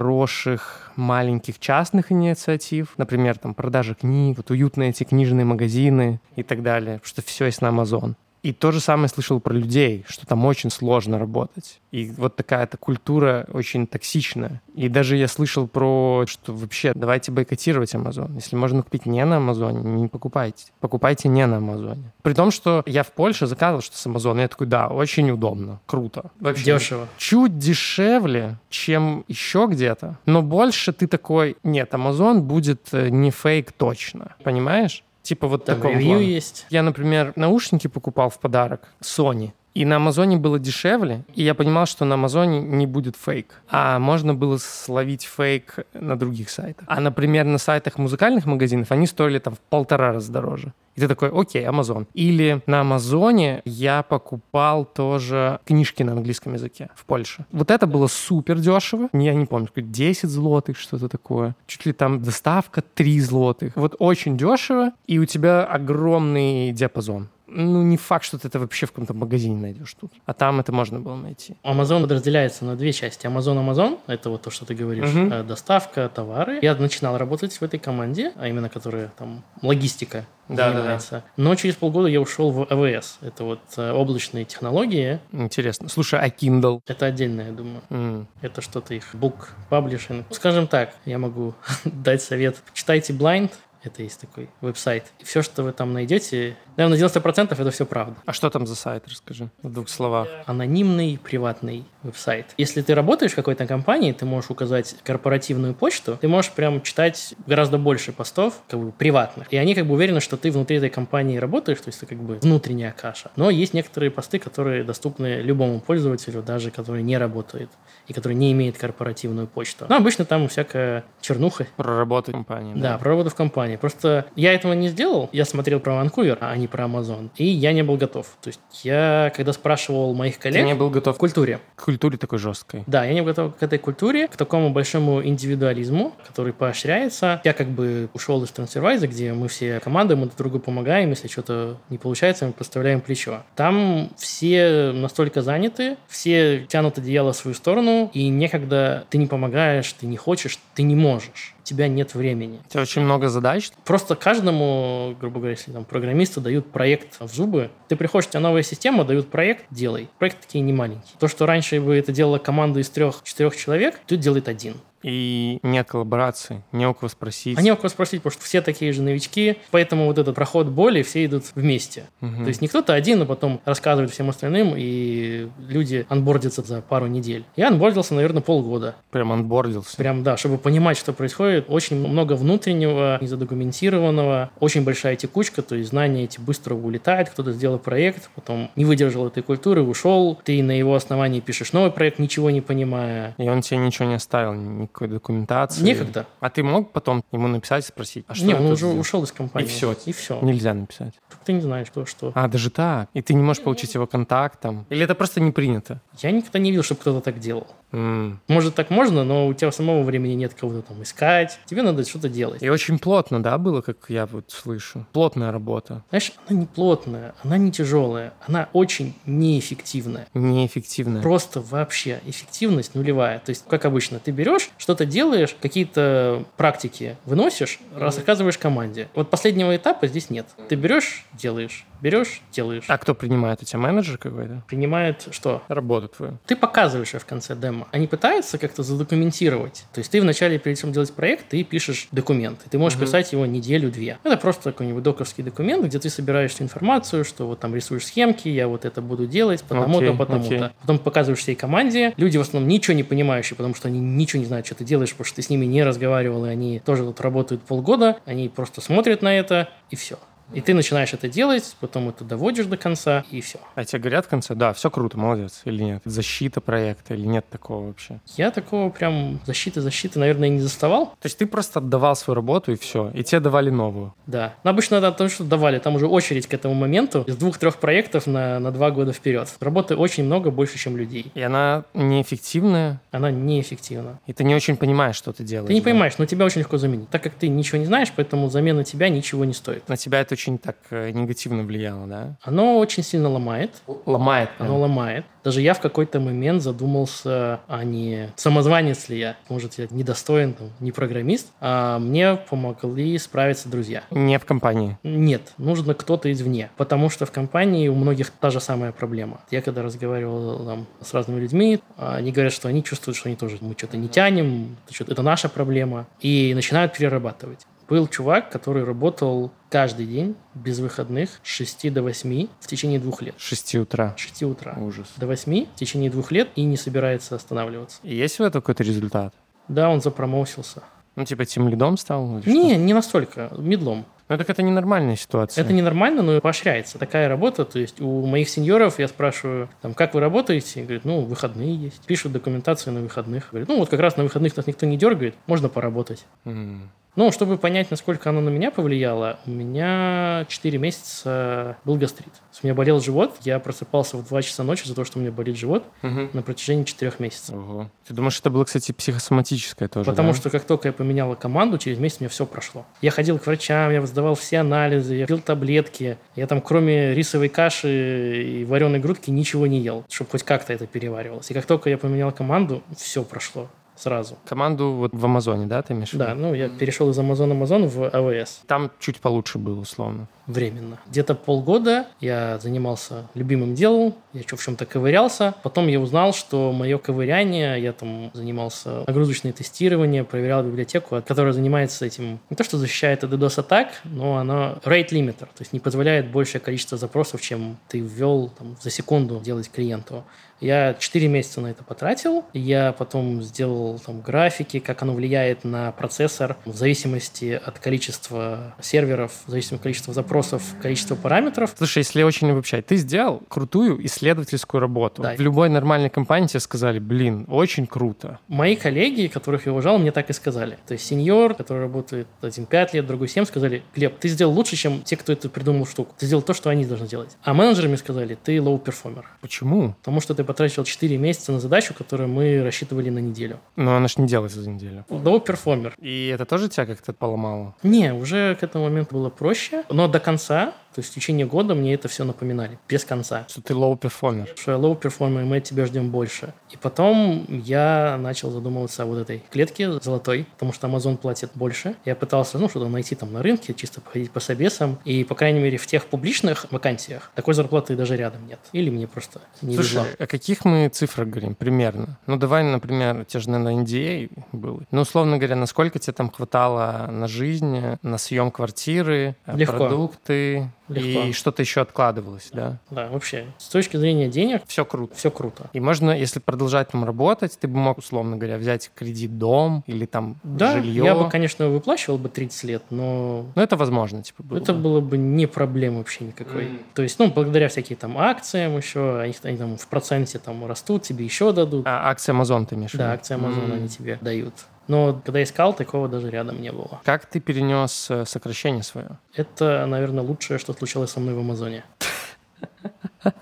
A: хороших маленьких частных инициатив, например, там продажа книг, вот уютные эти книжные магазины и так далее, потому что все есть на Амазон. И то же самое слышал про людей, что там очень сложно работать. И вот такая-то культура очень токсичная. И даже я слышал про, что вообще давайте бойкотировать Амазон. Если можно купить не на Амазоне, не покупайте. Покупайте не на Амазоне. При том, что я в Польше заказывал что с Амазона. Я такой, да, очень удобно, круто. Вообще
B: дешево.
A: чуть дешевле, чем еще где-то, но больше ты такой, нет, Amazon будет э, не фейк точно, понимаешь? Типа вот
B: Там
A: такого
B: ревью
A: плана.
B: есть.
A: Я, например, наушники покупал в подарок Sony. И на Амазоне было дешевле, и я понимал, что на Амазоне не будет фейк. А можно было словить фейк на других сайтах. А, например, на сайтах музыкальных магазинов они стоили там в полтора раза дороже. И ты такой, окей, Амазон. Или на Амазоне я покупал тоже книжки на английском языке в Польше. Вот это было супер дешево. Я не помню, сколько, 10 злотых, что-то такое. Чуть ли там доставка 3 злотых. Вот очень дешево, и у тебя огромный диапазон. Ну, не факт, что ты это вообще в каком-то магазине найдешь тут. А там это можно было найти.
B: Amazon подразделяется на две части. Amazon Amazon – это вот то, что ты говоришь,
A: Мгм.
B: э, доставка, товары. Я начинал работать в этой команде, а именно которая там логистика
A: Да, да, да.
B: занимается. Но через полгода я ушел в АВС. Это вот э, облачные технологии.
A: Интересно. Слушай, а Kindle?
B: Это отдельно, я думаю.
A: М,
B: Это что-то их book publishing. Скажем так, я могу дать совет. Читайте Blind. Это есть такой веб-сайт. И все, что вы там найдете, наверное, 90% это все правда.
A: А что там за сайт, расскажи в двух словах.
B: анонимный приватный веб-сайт. Если ты работаешь в какой-то компании, ты можешь указать корпоративную почту, ты можешь прям читать гораздо больше постов, как бы приватных. И они как бы уверены, что ты внутри этой компании работаешь, то есть ты как бы внутренняя каша. Но есть некоторые посты, которые доступны любому пользователю, даже который не работает и который не имеет корпоративную почту. Но обычно там всякая чернуха
A: Про работу компании.
B: да, про работу в компании. Просто я этого не сделал. Я смотрел про Ванкувер, а не про Амазон. И я не был готов. То есть я, когда спрашивал моих
A: Ты
B: коллег
A: не был
B: в
A: готов к
B: культуре,
A: культуре такой жесткой.
B: да, я не был готов к этой культуре, к такому большому индивидуализму, который поощряется. Я как бы ушел из трансфервайза, где мы все команды, мы друг другу помогаем, если что-то не получается, мы подставляем плечо. Там все настолько заняты, все тянут одеяло в свою сторону, и некогда ты не помогаешь, ты не хочешь, ты не можешь. У тебя нет времени.
A: У тебя очень много задач,
B: Просто каждому, грубо говоря, если там программисту дают проект в зубы, ты приходишь, у тебя новая система, дают проект, делай. Проекты такие не маленькие. То, что раньше бы это делала команда из трех-четырех человек, тут делает один.
A: и нет коллаборации, не у кого спросить.
B: А не у кого спросить, потому что все такие же новички, поэтому вот этот проход боли, все идут вместе.
A: Мгм.
B: То есть не кто-то один, а потом рассказывает всем остальным, и люди анбордятся за пару недель. Я анбордился, наверное, полгода.
A: Прям онбордился.
B: Прям, да, чтобы понимать, что происходит, очень много внутреннего, незадокументированного, очень большая текучка, то есть знания эти быстро улетают, кто-то сделал проект, потом не выдержал этой культуры, ушел, ты на его основании пишешь новый проект, ничего не понимая.
A: И он тебе ничего не оставил, никакой документации.
B: Некогда.
A: А ты мог потом ему написать и спросить, а что
B: не,
A: я
B: он
A: тут
B: уже
A: сделал?
B: ушел из компании.
A: И всё.
B: И все.
A: Нельзя написать.
B: Ты не знаешь, кто что.
A: А, даже так? И ты не можешь получить его контакт там? Или это просто не принято?
B: Я никогда не видел, чтобы кто-то так делал.
A: М.
B: Может, так можно, но у тебя самого времени нет кого-то там искать. Тебе надо что-то делать.
A: И очень плотно, да, было, как я вот слышу? Плотная работа,
B: Знаешь, она не плотная, она не тяжелая, она очень неэффективная.
A: неэффективная.
B: Просто вообще эффективность нулевая. То есть, как обычно, ты берешь, что-то делаешь, какие-то практики выносишь, рассказываешь команде. Вот последнего этапа здесь нет. Ты берешь, делаешь, берешь, делаешь.
A: А кто принимает? У тебя менеджер какой-то?
B: Принимает что?
A: Работу твою.
B: Ты показываешь её в конце демо. Они пытаются как-то задокументировать. То есть ты вначале, перед тем делать проект, ты пишешь документ. И ты можешь писать его неделю-две. Это просто какой-нибудь доковский документ, где ты собираешь всю информацию, что вот там рисуешь схемки, я вот это буду делать, потому-то,
A: Окей,
B: потому-то.
A: окей.
B: Потом показываешь всей команде. Люди в основном ничего не понимающие, потому что они ничего не знают, что ты делаешь, потому что ты с ними не разговаривал, и они тоже тут работают полгода. Они просто смотрят на это, и все. И ты начинаешь это делать, потом это доводишь до конца, и все.
A: А тебе говорят в конце, да, все круто, молодец, или нет? Защита проекта, или нет такого вообще?
B: Я такого прям защиты-защиты, наверное, не заставал.
A: То есть ты просто отдавал свою работу, и все, и тебе давали новую.
B: Да. Но обычно это то, что давали. Там уже очередь к этому моменту из двух-трех проектов на, на два года вперед. Работы очень много, больше, чем людей.
A: И она неэффективная,
B: Она неэффективна.
A: и ты не очень понимаешь, что ты делаешь.
B: Ты не
A: да?
B: понимаешь, но тебя очень легко заменить. Так как ты ничего не знаешь, поэтому замена тебя ничего не стоит.
A: На тебя это очень так э, негативно влияло, да?
B: Оно очень сильно ломает.
A: Ломает.
B: Оно ломает. Даже я в какой-то момент задумался, а не самозванец ли я. Может, я недостоин, там, не программист. А мне помогли справиться друзья.
A: Не в компании.
B: Нет, нужно кто-то извне, потому что в компании у многих та же самая проблема. Я когда разговаривал там, с разными людьми, а, они говорят, что они чувствуют, что они тоже мы что-то не тянем, это, что-то- это наша проблема, и начинают перерабатывать. Был чувак, который работал каждый день без выходных с 6 до 8 в течение двух лет.
A: С 6 утра.
B: С 6 утра
A: Ужас.
B: до 8 в течение двух лет и не собирается останавливаться.
A: И Есть у этого какой-то результат?
B: Да, он запромоусился.
A: Ну, типа, тем лидом стал? или что?
B: Не, не настолько, медлом.
A: Ну, так это ненормальная ситуация.
B: Это ненормально, но поощряется такая работа. То есть у моих сеньоров я спрашиваю, там, как вы работаете? И Говорят, ну, выходные есть. Пишут документацию на выходных. Говорят, ну, вот как раз на выходных нас никто не дергает, можно поработать.
A: М.
B: Ну, чтобы понять, насколько оно на меня повлияло, у меня 4 месяца был гастрит. То есть у меня болел живот, я просыпался в 2 часа ночи за то, что у меня болит живот
A: Мгм.
B: на протяжении 4 месяцев.
A: Ого. Ты думаешь, это было, кстати, психосоматическое тоже,
B: Потому
A: да?
B: что как только я поменяла команду, через месяц у меня все прошло. Я ходил к врачам, я сдавал все анализы, я пил таблетки. Я там кроме рисовой каши и вареной грудки ничего не ел, чтобы хоть как-то это переваривалось. И как только я поменял команду, все прошло сразу.
A: Команду вот в Амазоне, да, ты имеешь в виду?
B: Да, ну я перешел из Amazon Amazon в АВС
A: Там чуть получше было, условно.
B: временно. Где-то полгода я занимался любимым делом, я чё- в чем-то ковырялся. Потом я узнал, что мое ковыряние, я там занимался нагрузочное тестирование, проверял библиотеку, от- которая занимается этим, не то что защищает от DDoS атак, но она rate limiter, то есть не позволяет большее количество запросов, чем ты ввел там, за секунду делать клиенту. Я 4 месяца на это потратил. Я потом сделал там графики, как оно влияет на процессор в зависимости от количества серверов, в зависимости от количества запросов, количества параметров.
A: Слушай, если очень обобщать, ты сделал крутую исследовательскую работу.
B: Да.
A: В любой нормальной компании тебе сказали, блин, очень круто.
B: Мои коллеги, которых я уважал, мне так и сказали. То есть сеньор, который работает один 5 лет, другой 7, сказали, Глеб, ты сделал лучше, чем те, кто это придумал штуку. Ты сделал то, что они должны делать. А менеджеры мне сказали, ты лоу-перформер.
A: Почему?
B: Потому что ты потратил 4 месяца на задачу, которую мы рассчитывали на неделю. Ну,
A: Но Ну, она ж не делается за неделю.
B: Лоу-перформер.
A: И это тоже тебя как-то поломало?
B: Не, уже к этому моменту было проще, но до конца То есть в течение года мне это все напоминали без конца.
A: Что ты лоу-перформер.
B: Что я лоу перформер, и мы от тебя ждем больше. И потом я начал задумываться о вот этой клетке золотой, потому что Amazon платит больше. Я пытался, ну, что-то найти там на рынке, чисто походить по собесам. И, по крайней мере, в тех публичных вакансиях такой зарплаты даже рядом нет. Или мне просто не везло.
A: Слушай, о каких мы цифрах говорим примерно? Ну, давай, например, те же, наверное, NDA был. Ну, условно говоря, насколько тебе там хватало на жизнь, на съем квартиры, э,
B: Легко.
A: продукты и
B: Легко.
A: что-то еще откладывалось, да?
B: Да, вообще. С точки зрения денег,
A: Все круто.
B: все круто.
A: И можно, если продолжать там работать, ты бы мог, условно говоря, взять кредит дом или там
B: Да,
A: жилье.
B: я бы, конечно, выплачивал бы 30 лет, но
A: Ну, это возможно, типа, было.
B: Это
A: бы.
B: было бы не проблем вообще никакой.
A: Мгм.
B: То есть, ну, благодаря всяким там акциям еще, они, они там в проценте там растут, тебе еще дадут.
A: А, акция Amazon ты имеешь в виду?
B: да, акции Amazon
A: М.
B: они тебе дают. Но когда искал, такого даже рядом не было.
A: Как ты перенес э, сокращение свое?
B: Это, наверное, лучшее, что случилось со мной в Амазоне.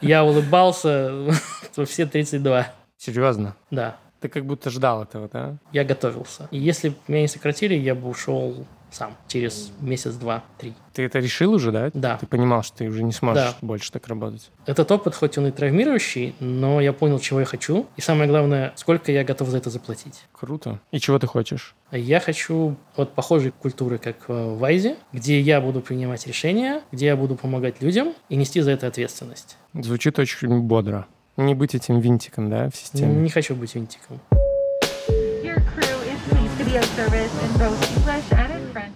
B: Я улыбался во все 32.
A: Серьезно?
B: Да,
A: Ты как будто ждал этого, да?
B: я готовился. И если бы меня не сократили, я бы ушел сам через месяц, два, три.
A: Ты это решил уже, да?
B: Да.
A: Ты понимал, что ты уже не сможешь
B: Да.
A: больше так работать.
B: Этот опыт, хоть он и травмирующий, но я понял, чего я хочу. И самое главное, сколько я готов за это заплатить.
A: Круто. И чего ты хочешь?
B: Я хочу вот похожей культуры, как э, в Айзе, где я буду принимать решения, где я буду помогать людям и нести за это ответственность.
A: Звучит очень бодро. Не быть этим винтиком, да, в системе.
B: Не хочу быть винтиком.
E: Your crew is pleased to be of service in both English and in French.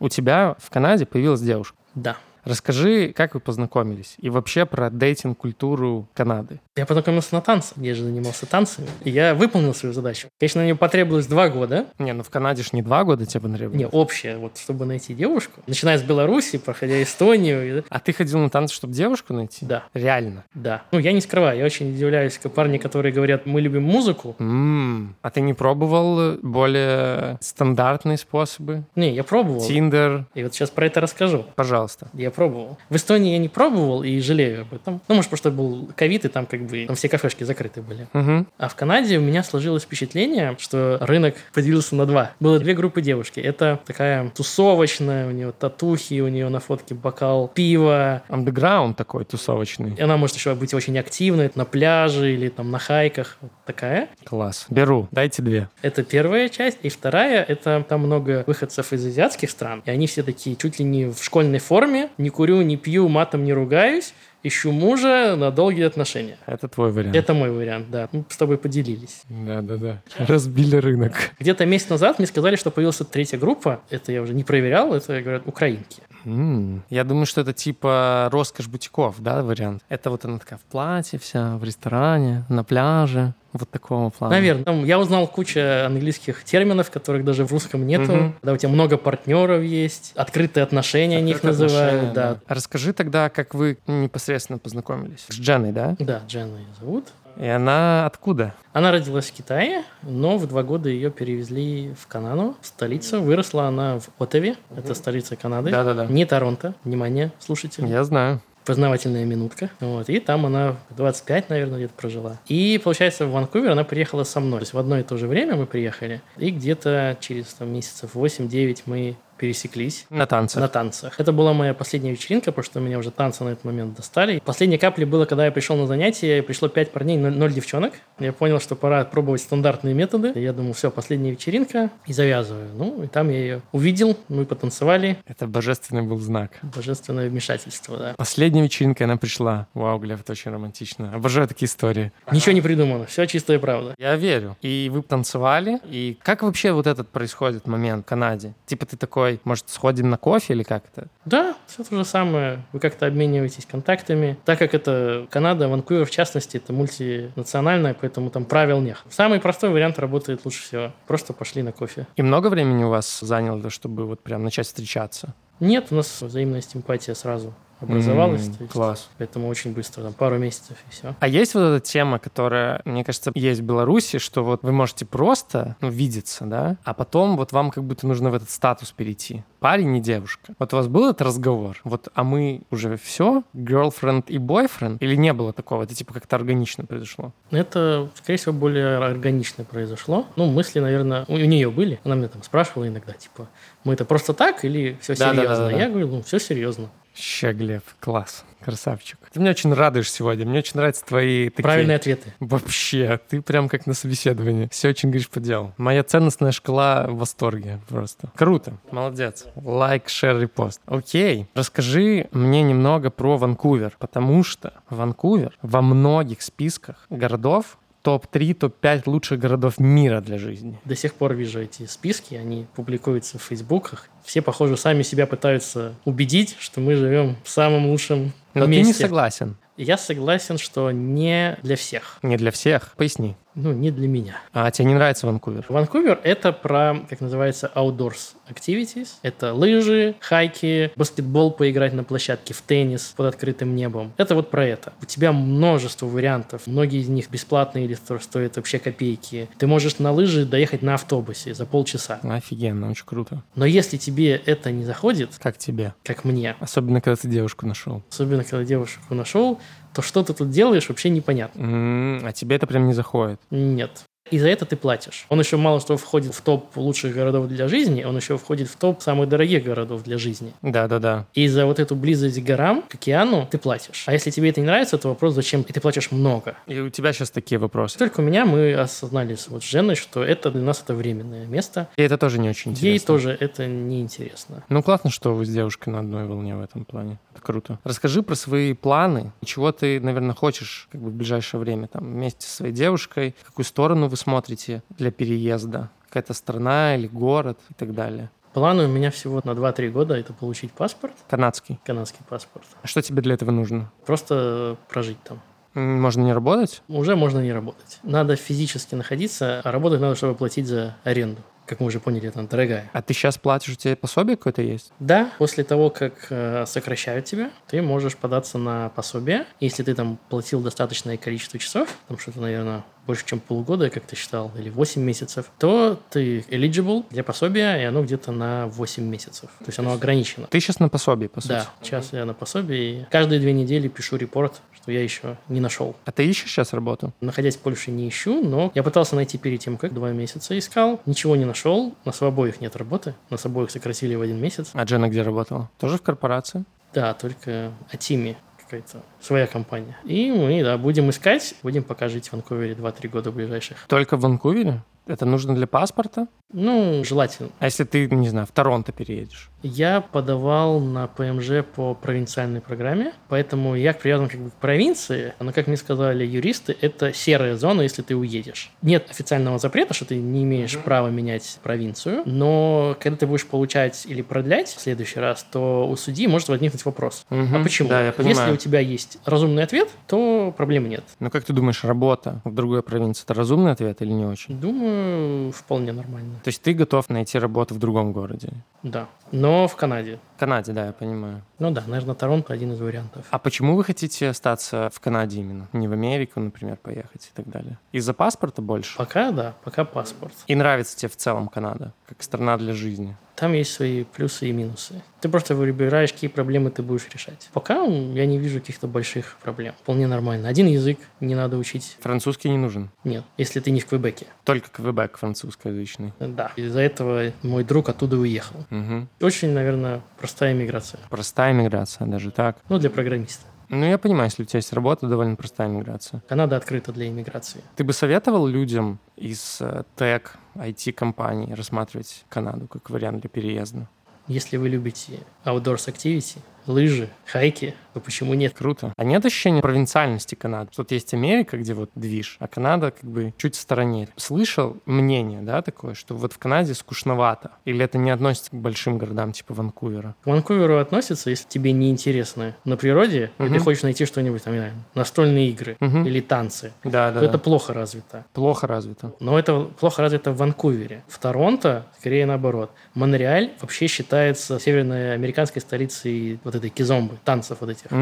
A: У тебя в Канаде появилась девушка.
B: Да.
A: Расскажи, как вы познакомились и вообще про дейтинг-культуру Канады.
B: Я познакомился на танцах, я же занимался танцами. И я выполнил свою задачу. Конечно, мне потребовалось два года.
A: Не, ну в Канаде ж не два года тебе понравилось.
B: Не, общее, вот, чтобы найти девушку. Начиная с Беларуси, проходя Эстонию. и-
A: А ты ходил на танцы, чтобы девушку найти?
B: Да.
A: Реально.
B: Да. Ну, я не скрываю, я очень удивляюсь к парни, которые говорят, мы любим музыку,
A: М, А ты не пробовал более стандартные способы?
B: Не, я пробовал.
A: Тиндер?
B: И вот сейчас про это расскажу.
A: Пожалуйста.
B: Я пробовал. В Эстонии я не пробовал и жалею об этом. Ну, может, потому что был ковид, и там как бы там все кафешки закрыты были.
A: Мгм.
B: А в Канаде у меня сложилось впечатление, что рынок поделился на два. Было две группы девушки. Это такая тусовочная, у нее татухи, у нее на фотке бокал пива.
A: Андеграунд такой тусовочный.
B: И она может еще быть очень активной на пляже или там на хайках. Вот такая.
A: Класс. Беру. Дайте две.
B: Это первая часть. И вторая, это там много выходцев из азиатских стран. И они все такие чуть ли не в школьной форме. Не курю, не пью, матом не ругаюсь. Ищу мужа на долгие отношения.
A: Это твой вариант.
B: Это мой вариант, да. Мы с тобой поделились.
A: Да, да, да. Разбили рынок.
B: Где-то месяц назад мне сказали, что появилась третья группа. Это я уже не проверял, это, говорят, украинки.
A: М. Я думаю, что это типа роскошь бутиков, да, вариант. Это вот она такая в платье вся, в ресторане, на пляже. Вот такого плана.
B: Наверное. Там я узнал кучу английских терминов, которых даже в русском нету.
A: Мгм.
B: Когда у тебя много партнеров есть, открытые отношения они их
A: Открытые
B: называют.
A: А отношения,
B: Да.
A: А Расскажи тогда, как вы непосредственно познакомились. С Дженной, да?
B: да, Дженна ее зовут.
A: И она откуда?
B: Она родилась в Китае, но в два года ее перевезли в Канаду, в столицу. Выросла она в Отаве, это столица Канады.
A: Да-да-да.
B: Не Торонто, внимание, слушатели.
A: Я знаю.
B: Познавательная минутка. Вот. И там она в 25, наверное, где-то прожила. И, получается, в Ванкувер она приехала со мной. То есть в одно и то же время мы приехали. И где-то через там, месяцев 8-9 мы пересеклись.
A: На танцах.
B: На танцах. Это была моя последняя вечеринка, потому что меня уже танцы на этот момент достали. И Последней каплей было, когда я пришел на занятия, и пришло пять парней, ноль- ноль девчонок. Я понял, что пора пробовать стандартные методы. Я думал, все, последняя вечеринка, и завязываю. Ну, и там я ее увидел, мы потанцевали.
A: Это божественный был знак.
B: Божественное вмешательство, да.
A: Последняя вечеринка, она пришла. Вау, Глеб, это очень романтично. Обожаю такие истории.
B: Ничего не придумано, все чистая правда.
A: Я верю. И вы танцевали. И как вообще вот этот происходит момент в Канаде? Типа ты такой, может, сходим на кофе или как то
B: Да, все то же самое. Вы как-то обмениваетесь контактами. Так как это Канада, Ванкувер в частности, это мультинациональная, поэтому там правил нет. Самый простой вариант работает лучше всего. Просто пошли на кофе.
A: И много времени у вас заняло, чтобы вот прям начать встречаться?
B: Нет, у нас взаимная симпатия сразу образовалась.
A: М,
B: то есть,
A: класс.
B: Поэтому очень быстро, там пару месяцев и все.
A: А есть вот эта тема, которая, мне кажется, есть в Беларуси, что вот вы можете просто ну, видеться, да, а потом вот вам как будто нужно в этот статус перейти. Парень и девушка. Вот у вас был этот разговор? Вот, а мы уже все? Girlfriend и boyfriend? Или не было такого? Это типа как-то органично произошло?
B: Это, скорее всего, более органично произошло. Ну, мысли, наверное, у у нее были. Она меня там спрашивала иногда, типа, мы это просто так или все
A: Да-да-да-да-да.
B: серьезно? Я говорю, ну, все серьезно.
A: Ща, Глеб, класс, красавчик. Ты меня очень радуешь сегодня, мне очень нравятся твои такие...
B: Правильные ответы.
A: Вообще, ты прям как на собеседовании. Все очень говоришь по делу. Моя ценностная шкала в восторге просто. Круто. Молодец. Лайк, шер, репост. Окей. Расскажи мне немного про Ванкувер, потому что Ванкувер во многих списках городов топ-3, топ-5 лучших городов мира для жизни.
B: До сих пор вижу эти списки, они публикуются в фейсбуках. Все, похоже, сами себя пытаются убедить, что мы живем в самом лучшем
A: Но
B: месте.
A: ты не согласен.
B: Я согласен, что не для всех.
A: Не для всех. Поясни.
B: Ну, не для меня.
A: А тебе не нравится Ванкувер?
B: Ванкувер — это про, как называется, outdoors activities. Это лыжи, хайки, баскетбол поиграть на площадке, в теннис под открытым небом. Это вот про это. У тебя множество вариантов. Многие из них бесплатные или сто- стоят вообще копейки. Ты можешь на лыжи доехать на автобусе за полчаса.
A: Офигенно, очень круто.
B: Но если тебе это не заходит,
A: Как тебе?
B: как мне,
A: Особенно, когда ты девушку нашел.
B: особенно когда девушку нашел, то что ты тут делаешь, вообще непонятно.
A: М, а тебе это прям не заходит.
B: Нет. И за это ты платишь. Он еще мало что входит в топ лучших городов для жизни, он еще входит в топ самых дорогих городов для жизни.
A: Да-да-да.
B: И за вот эту близость к горам, к океану, ты платишь. А если тебе это не нравится, то вопрос, зачем? И ты платишь много.
A: И у тебя сейчас такие вопросы.
B: Только у меня мы осознали с вот с Женой, что это для нас это временное место.
A: И это тоже не очень интересно.
B: Ей тоже это неинтересно.
A: Ну, классно, что вы с девушкой на одной волне в этом плане. Это круто. Расскажи про свои планы, чего ты, наверное, хочешь как бы, в ближайшее время там вместе со своей девушкой, в какую сторону вы смотрите для переезда, какая-то страна или город и так далее.
B: Планы у меня всего на 2-3 года это получить паспорт,
A: Канадский.
B: канадский паспорт.
A: А Что тебе для этого нужно?
B: Просто прожить там.
A: М, Можно не работать?
B: Уже можно не работать. Надо физически находиться, а работать надо, чтобы платить за аренду. Как мы уже поняли, это дорогая.
A: А ты сейчас платишь, у тебя пособие какое-то есть?
B: Да, после того, как э, сокращают тебя, ты можешь податься на пособие. Если ты там платил достаточное количество часов, там что-то, наверное, больше, чем полгода, я как-то считал, или 8 месяцев, то ты eligible для пособия, и оно где-то на 8 месяцев. То есть оно ограничено.
A: Ты сейчас на пособии, по сути.
B: Да, сейчас я на пособии. и Каждые две недели пишу репорт, что я еще не нашел.
A: А ты ищешь сейчас работу?
B: Находясь в Польше, не ищу, но я пытался найти перед тем, как два месяца искал. Ничего не нашел. У нас в обоих нет работы. Нас обоих сократили в один месяц.
A: А Джена где работала? Тоже в корпорации?
B: Да, только Атими какая-то своя компания. И мы, да, будем искать. Будем пока жить в Ванкувере 2-3 года ближайших.
A: Только в Ванкувере? Это нужно для паспорта?
B: Ну, желательно.
A: А если ты, не знаю, в Торонто переедешь?
B: Я подавал на ПМЖ по провинциальной программе, поэтому я привязан как бы к провинции, но, как мне сказали юристы, это серая зона, если ты уедешь. Нет официального запрета, что ты не имеешь права менять провинцию, но когда ты будешь получать или продлять в следующий раз, то у судьи может возникнуть вопрос. А
A: Мгм.
B: почему?
A: Да, я
B: Если
A: понимаю.
B: у тебя есть разумный ответ, то проблем нет.
A: Ну, как ты думаешь, работа в другой провинции – это разумный ответ или не очень?
B: Думаю, вполне нормально.
A: То есть ты готов найти работу в другом городе?
B: Да. Но в Канаде.
A: В Канаде, да, я понимаю.
B: Ну да, наверное, Торонто один из вариантов.
A: А почему вы хотите остаться в Канаде именно? Не в Америку, например, поехать и так далее? Из-за паспорта больше?
B: Пока, да, пока паспорт.
A: И нравится тебе в целом Канада, как страна для жизни?
B: Там есть свои плюсы и минусы. Ты просто выбираешь, какие проблемы ты будешь решать. Пока м, я не вижу каких-то больших проблем. Вполне нормально. Один язык не надо учить.
A: Французский не нужен.
B: Нет, если ты не в Квебеке.
A: Только Квебек французскоязычный.
B: Да. Из-за этого мой друг оттуда уехал.
A: Мгм.
B: Очень, наверное, простая миграция.
A: Простая миграция, даже так.
B: Ну, для программиста.
A: Ну, я понимаю, если у тебя есть работа, довольно простая миграция.
B: Канада открыта для иммиграции.
A: Ты бы советовал людям из э, тег IT-компаний рассматривать Канаду как вариант для переезда?
B: Если вы любите outdoors activity, лыжи, хайки, то почему нет?
A: Круто. А нет ощущения провинциальности Канады? Тут есть Америка, где вот движ, а Канада как бы чуть в стороне. Слышал мнение, да, такое, что вот в Канаде скучновато? Или это не относится к большим городам типа Ванкувера?
B: К Ванкуверу относится, если тебе неинтересно на природе, и ты
A: Мгм.
B: хочешь найти что-нибудь, там, не знаю, настольные игры
A: Мгм.
B: или танцы,
A: Да,
B: то
A: да,
B: это плохо развито.
A: плохо развито.
B: Но это плохо развито в Ванкувере. В Торонто, скорее наоборот. Монреаль вообще считается северноамериканской столицей вот этой кизомбы, танцев вот этих.
A: М,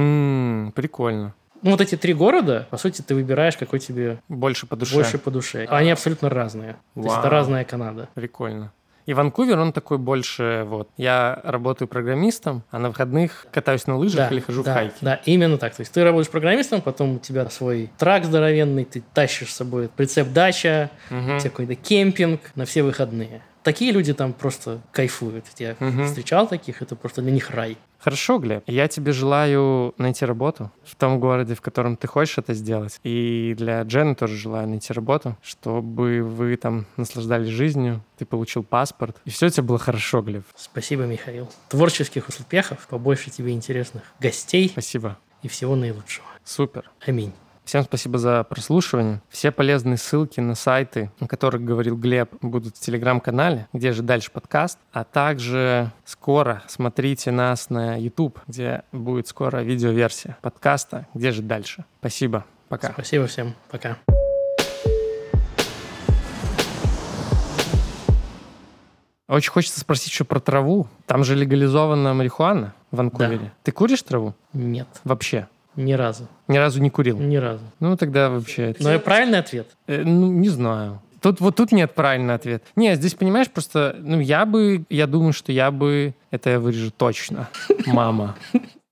A: М-м, прикольно.
B: Ну, вот эти три города, по сути, ты выбираешь, какой тебе
A: Больше по душе.
B: больше по душе. Они абсолютно разные. То есть это
A: Вау.
B: разная Канада.
A: Прикольно. И Ванкувер, он такой больше, вот, я работаю программистом, а на выходных катаюсь на лыжах
B: Да,
A: или хожу
B: да,
A: в хайки.
B: Да, именно так. То есть ты работаешь программистом, потом у тебя свой трак
A: Типа,
B: здоровенный, ты тащишь с собой прицеп дача, у тебя какой-то кемпинг на все выходные. Такие люди там просто кайфуют. Я
A: Мгм.
B: встречал таких, это просто для них рай.
A: Хорошо, Глеб. Я тебе желаю найти работу в том городе, в котором ты хочешь это сделать. И для Джены тоже желаю найти работу, чтобы вы там наслаждались жизнью, ты получил паспорт, и все у тебя было хорошо, Глеб.
B: Спасибо, Михаил. Творческих успехов, побольше тебе интересных гостей
A: Спасибо.
B: и всего наилучшего.
A: Супер.
B: Аминь.
A: Всем спасибо за прослушивание. Все полезные ссылки на сайты, о которых говорил Глеб, будут в телеграм-канале, где же дальше подкаст. А также скоро смотрите нас на YouTube, где будет скоро видеоверсия подкаста, где же дальше. Спасибо. Пока.
B: Спасибо всем. Пока.
A: Очень хочется спросить еще про траву. Там же легализована марихуана в Ванкувере. Ты куришь траву
B: Нет,
A: вообще?
B: ни разу.
A: Ни разу не курил.
B: Ни разу.
A: Ну тогда вообще. это-
B: Но и правильный ответ.
A: Э, ну не знаю. Тут вот тут нет правильный ответ. Не, здесь понимаешь просто, ну я бы, я думаю, что я бы это я вырежу точно, мама.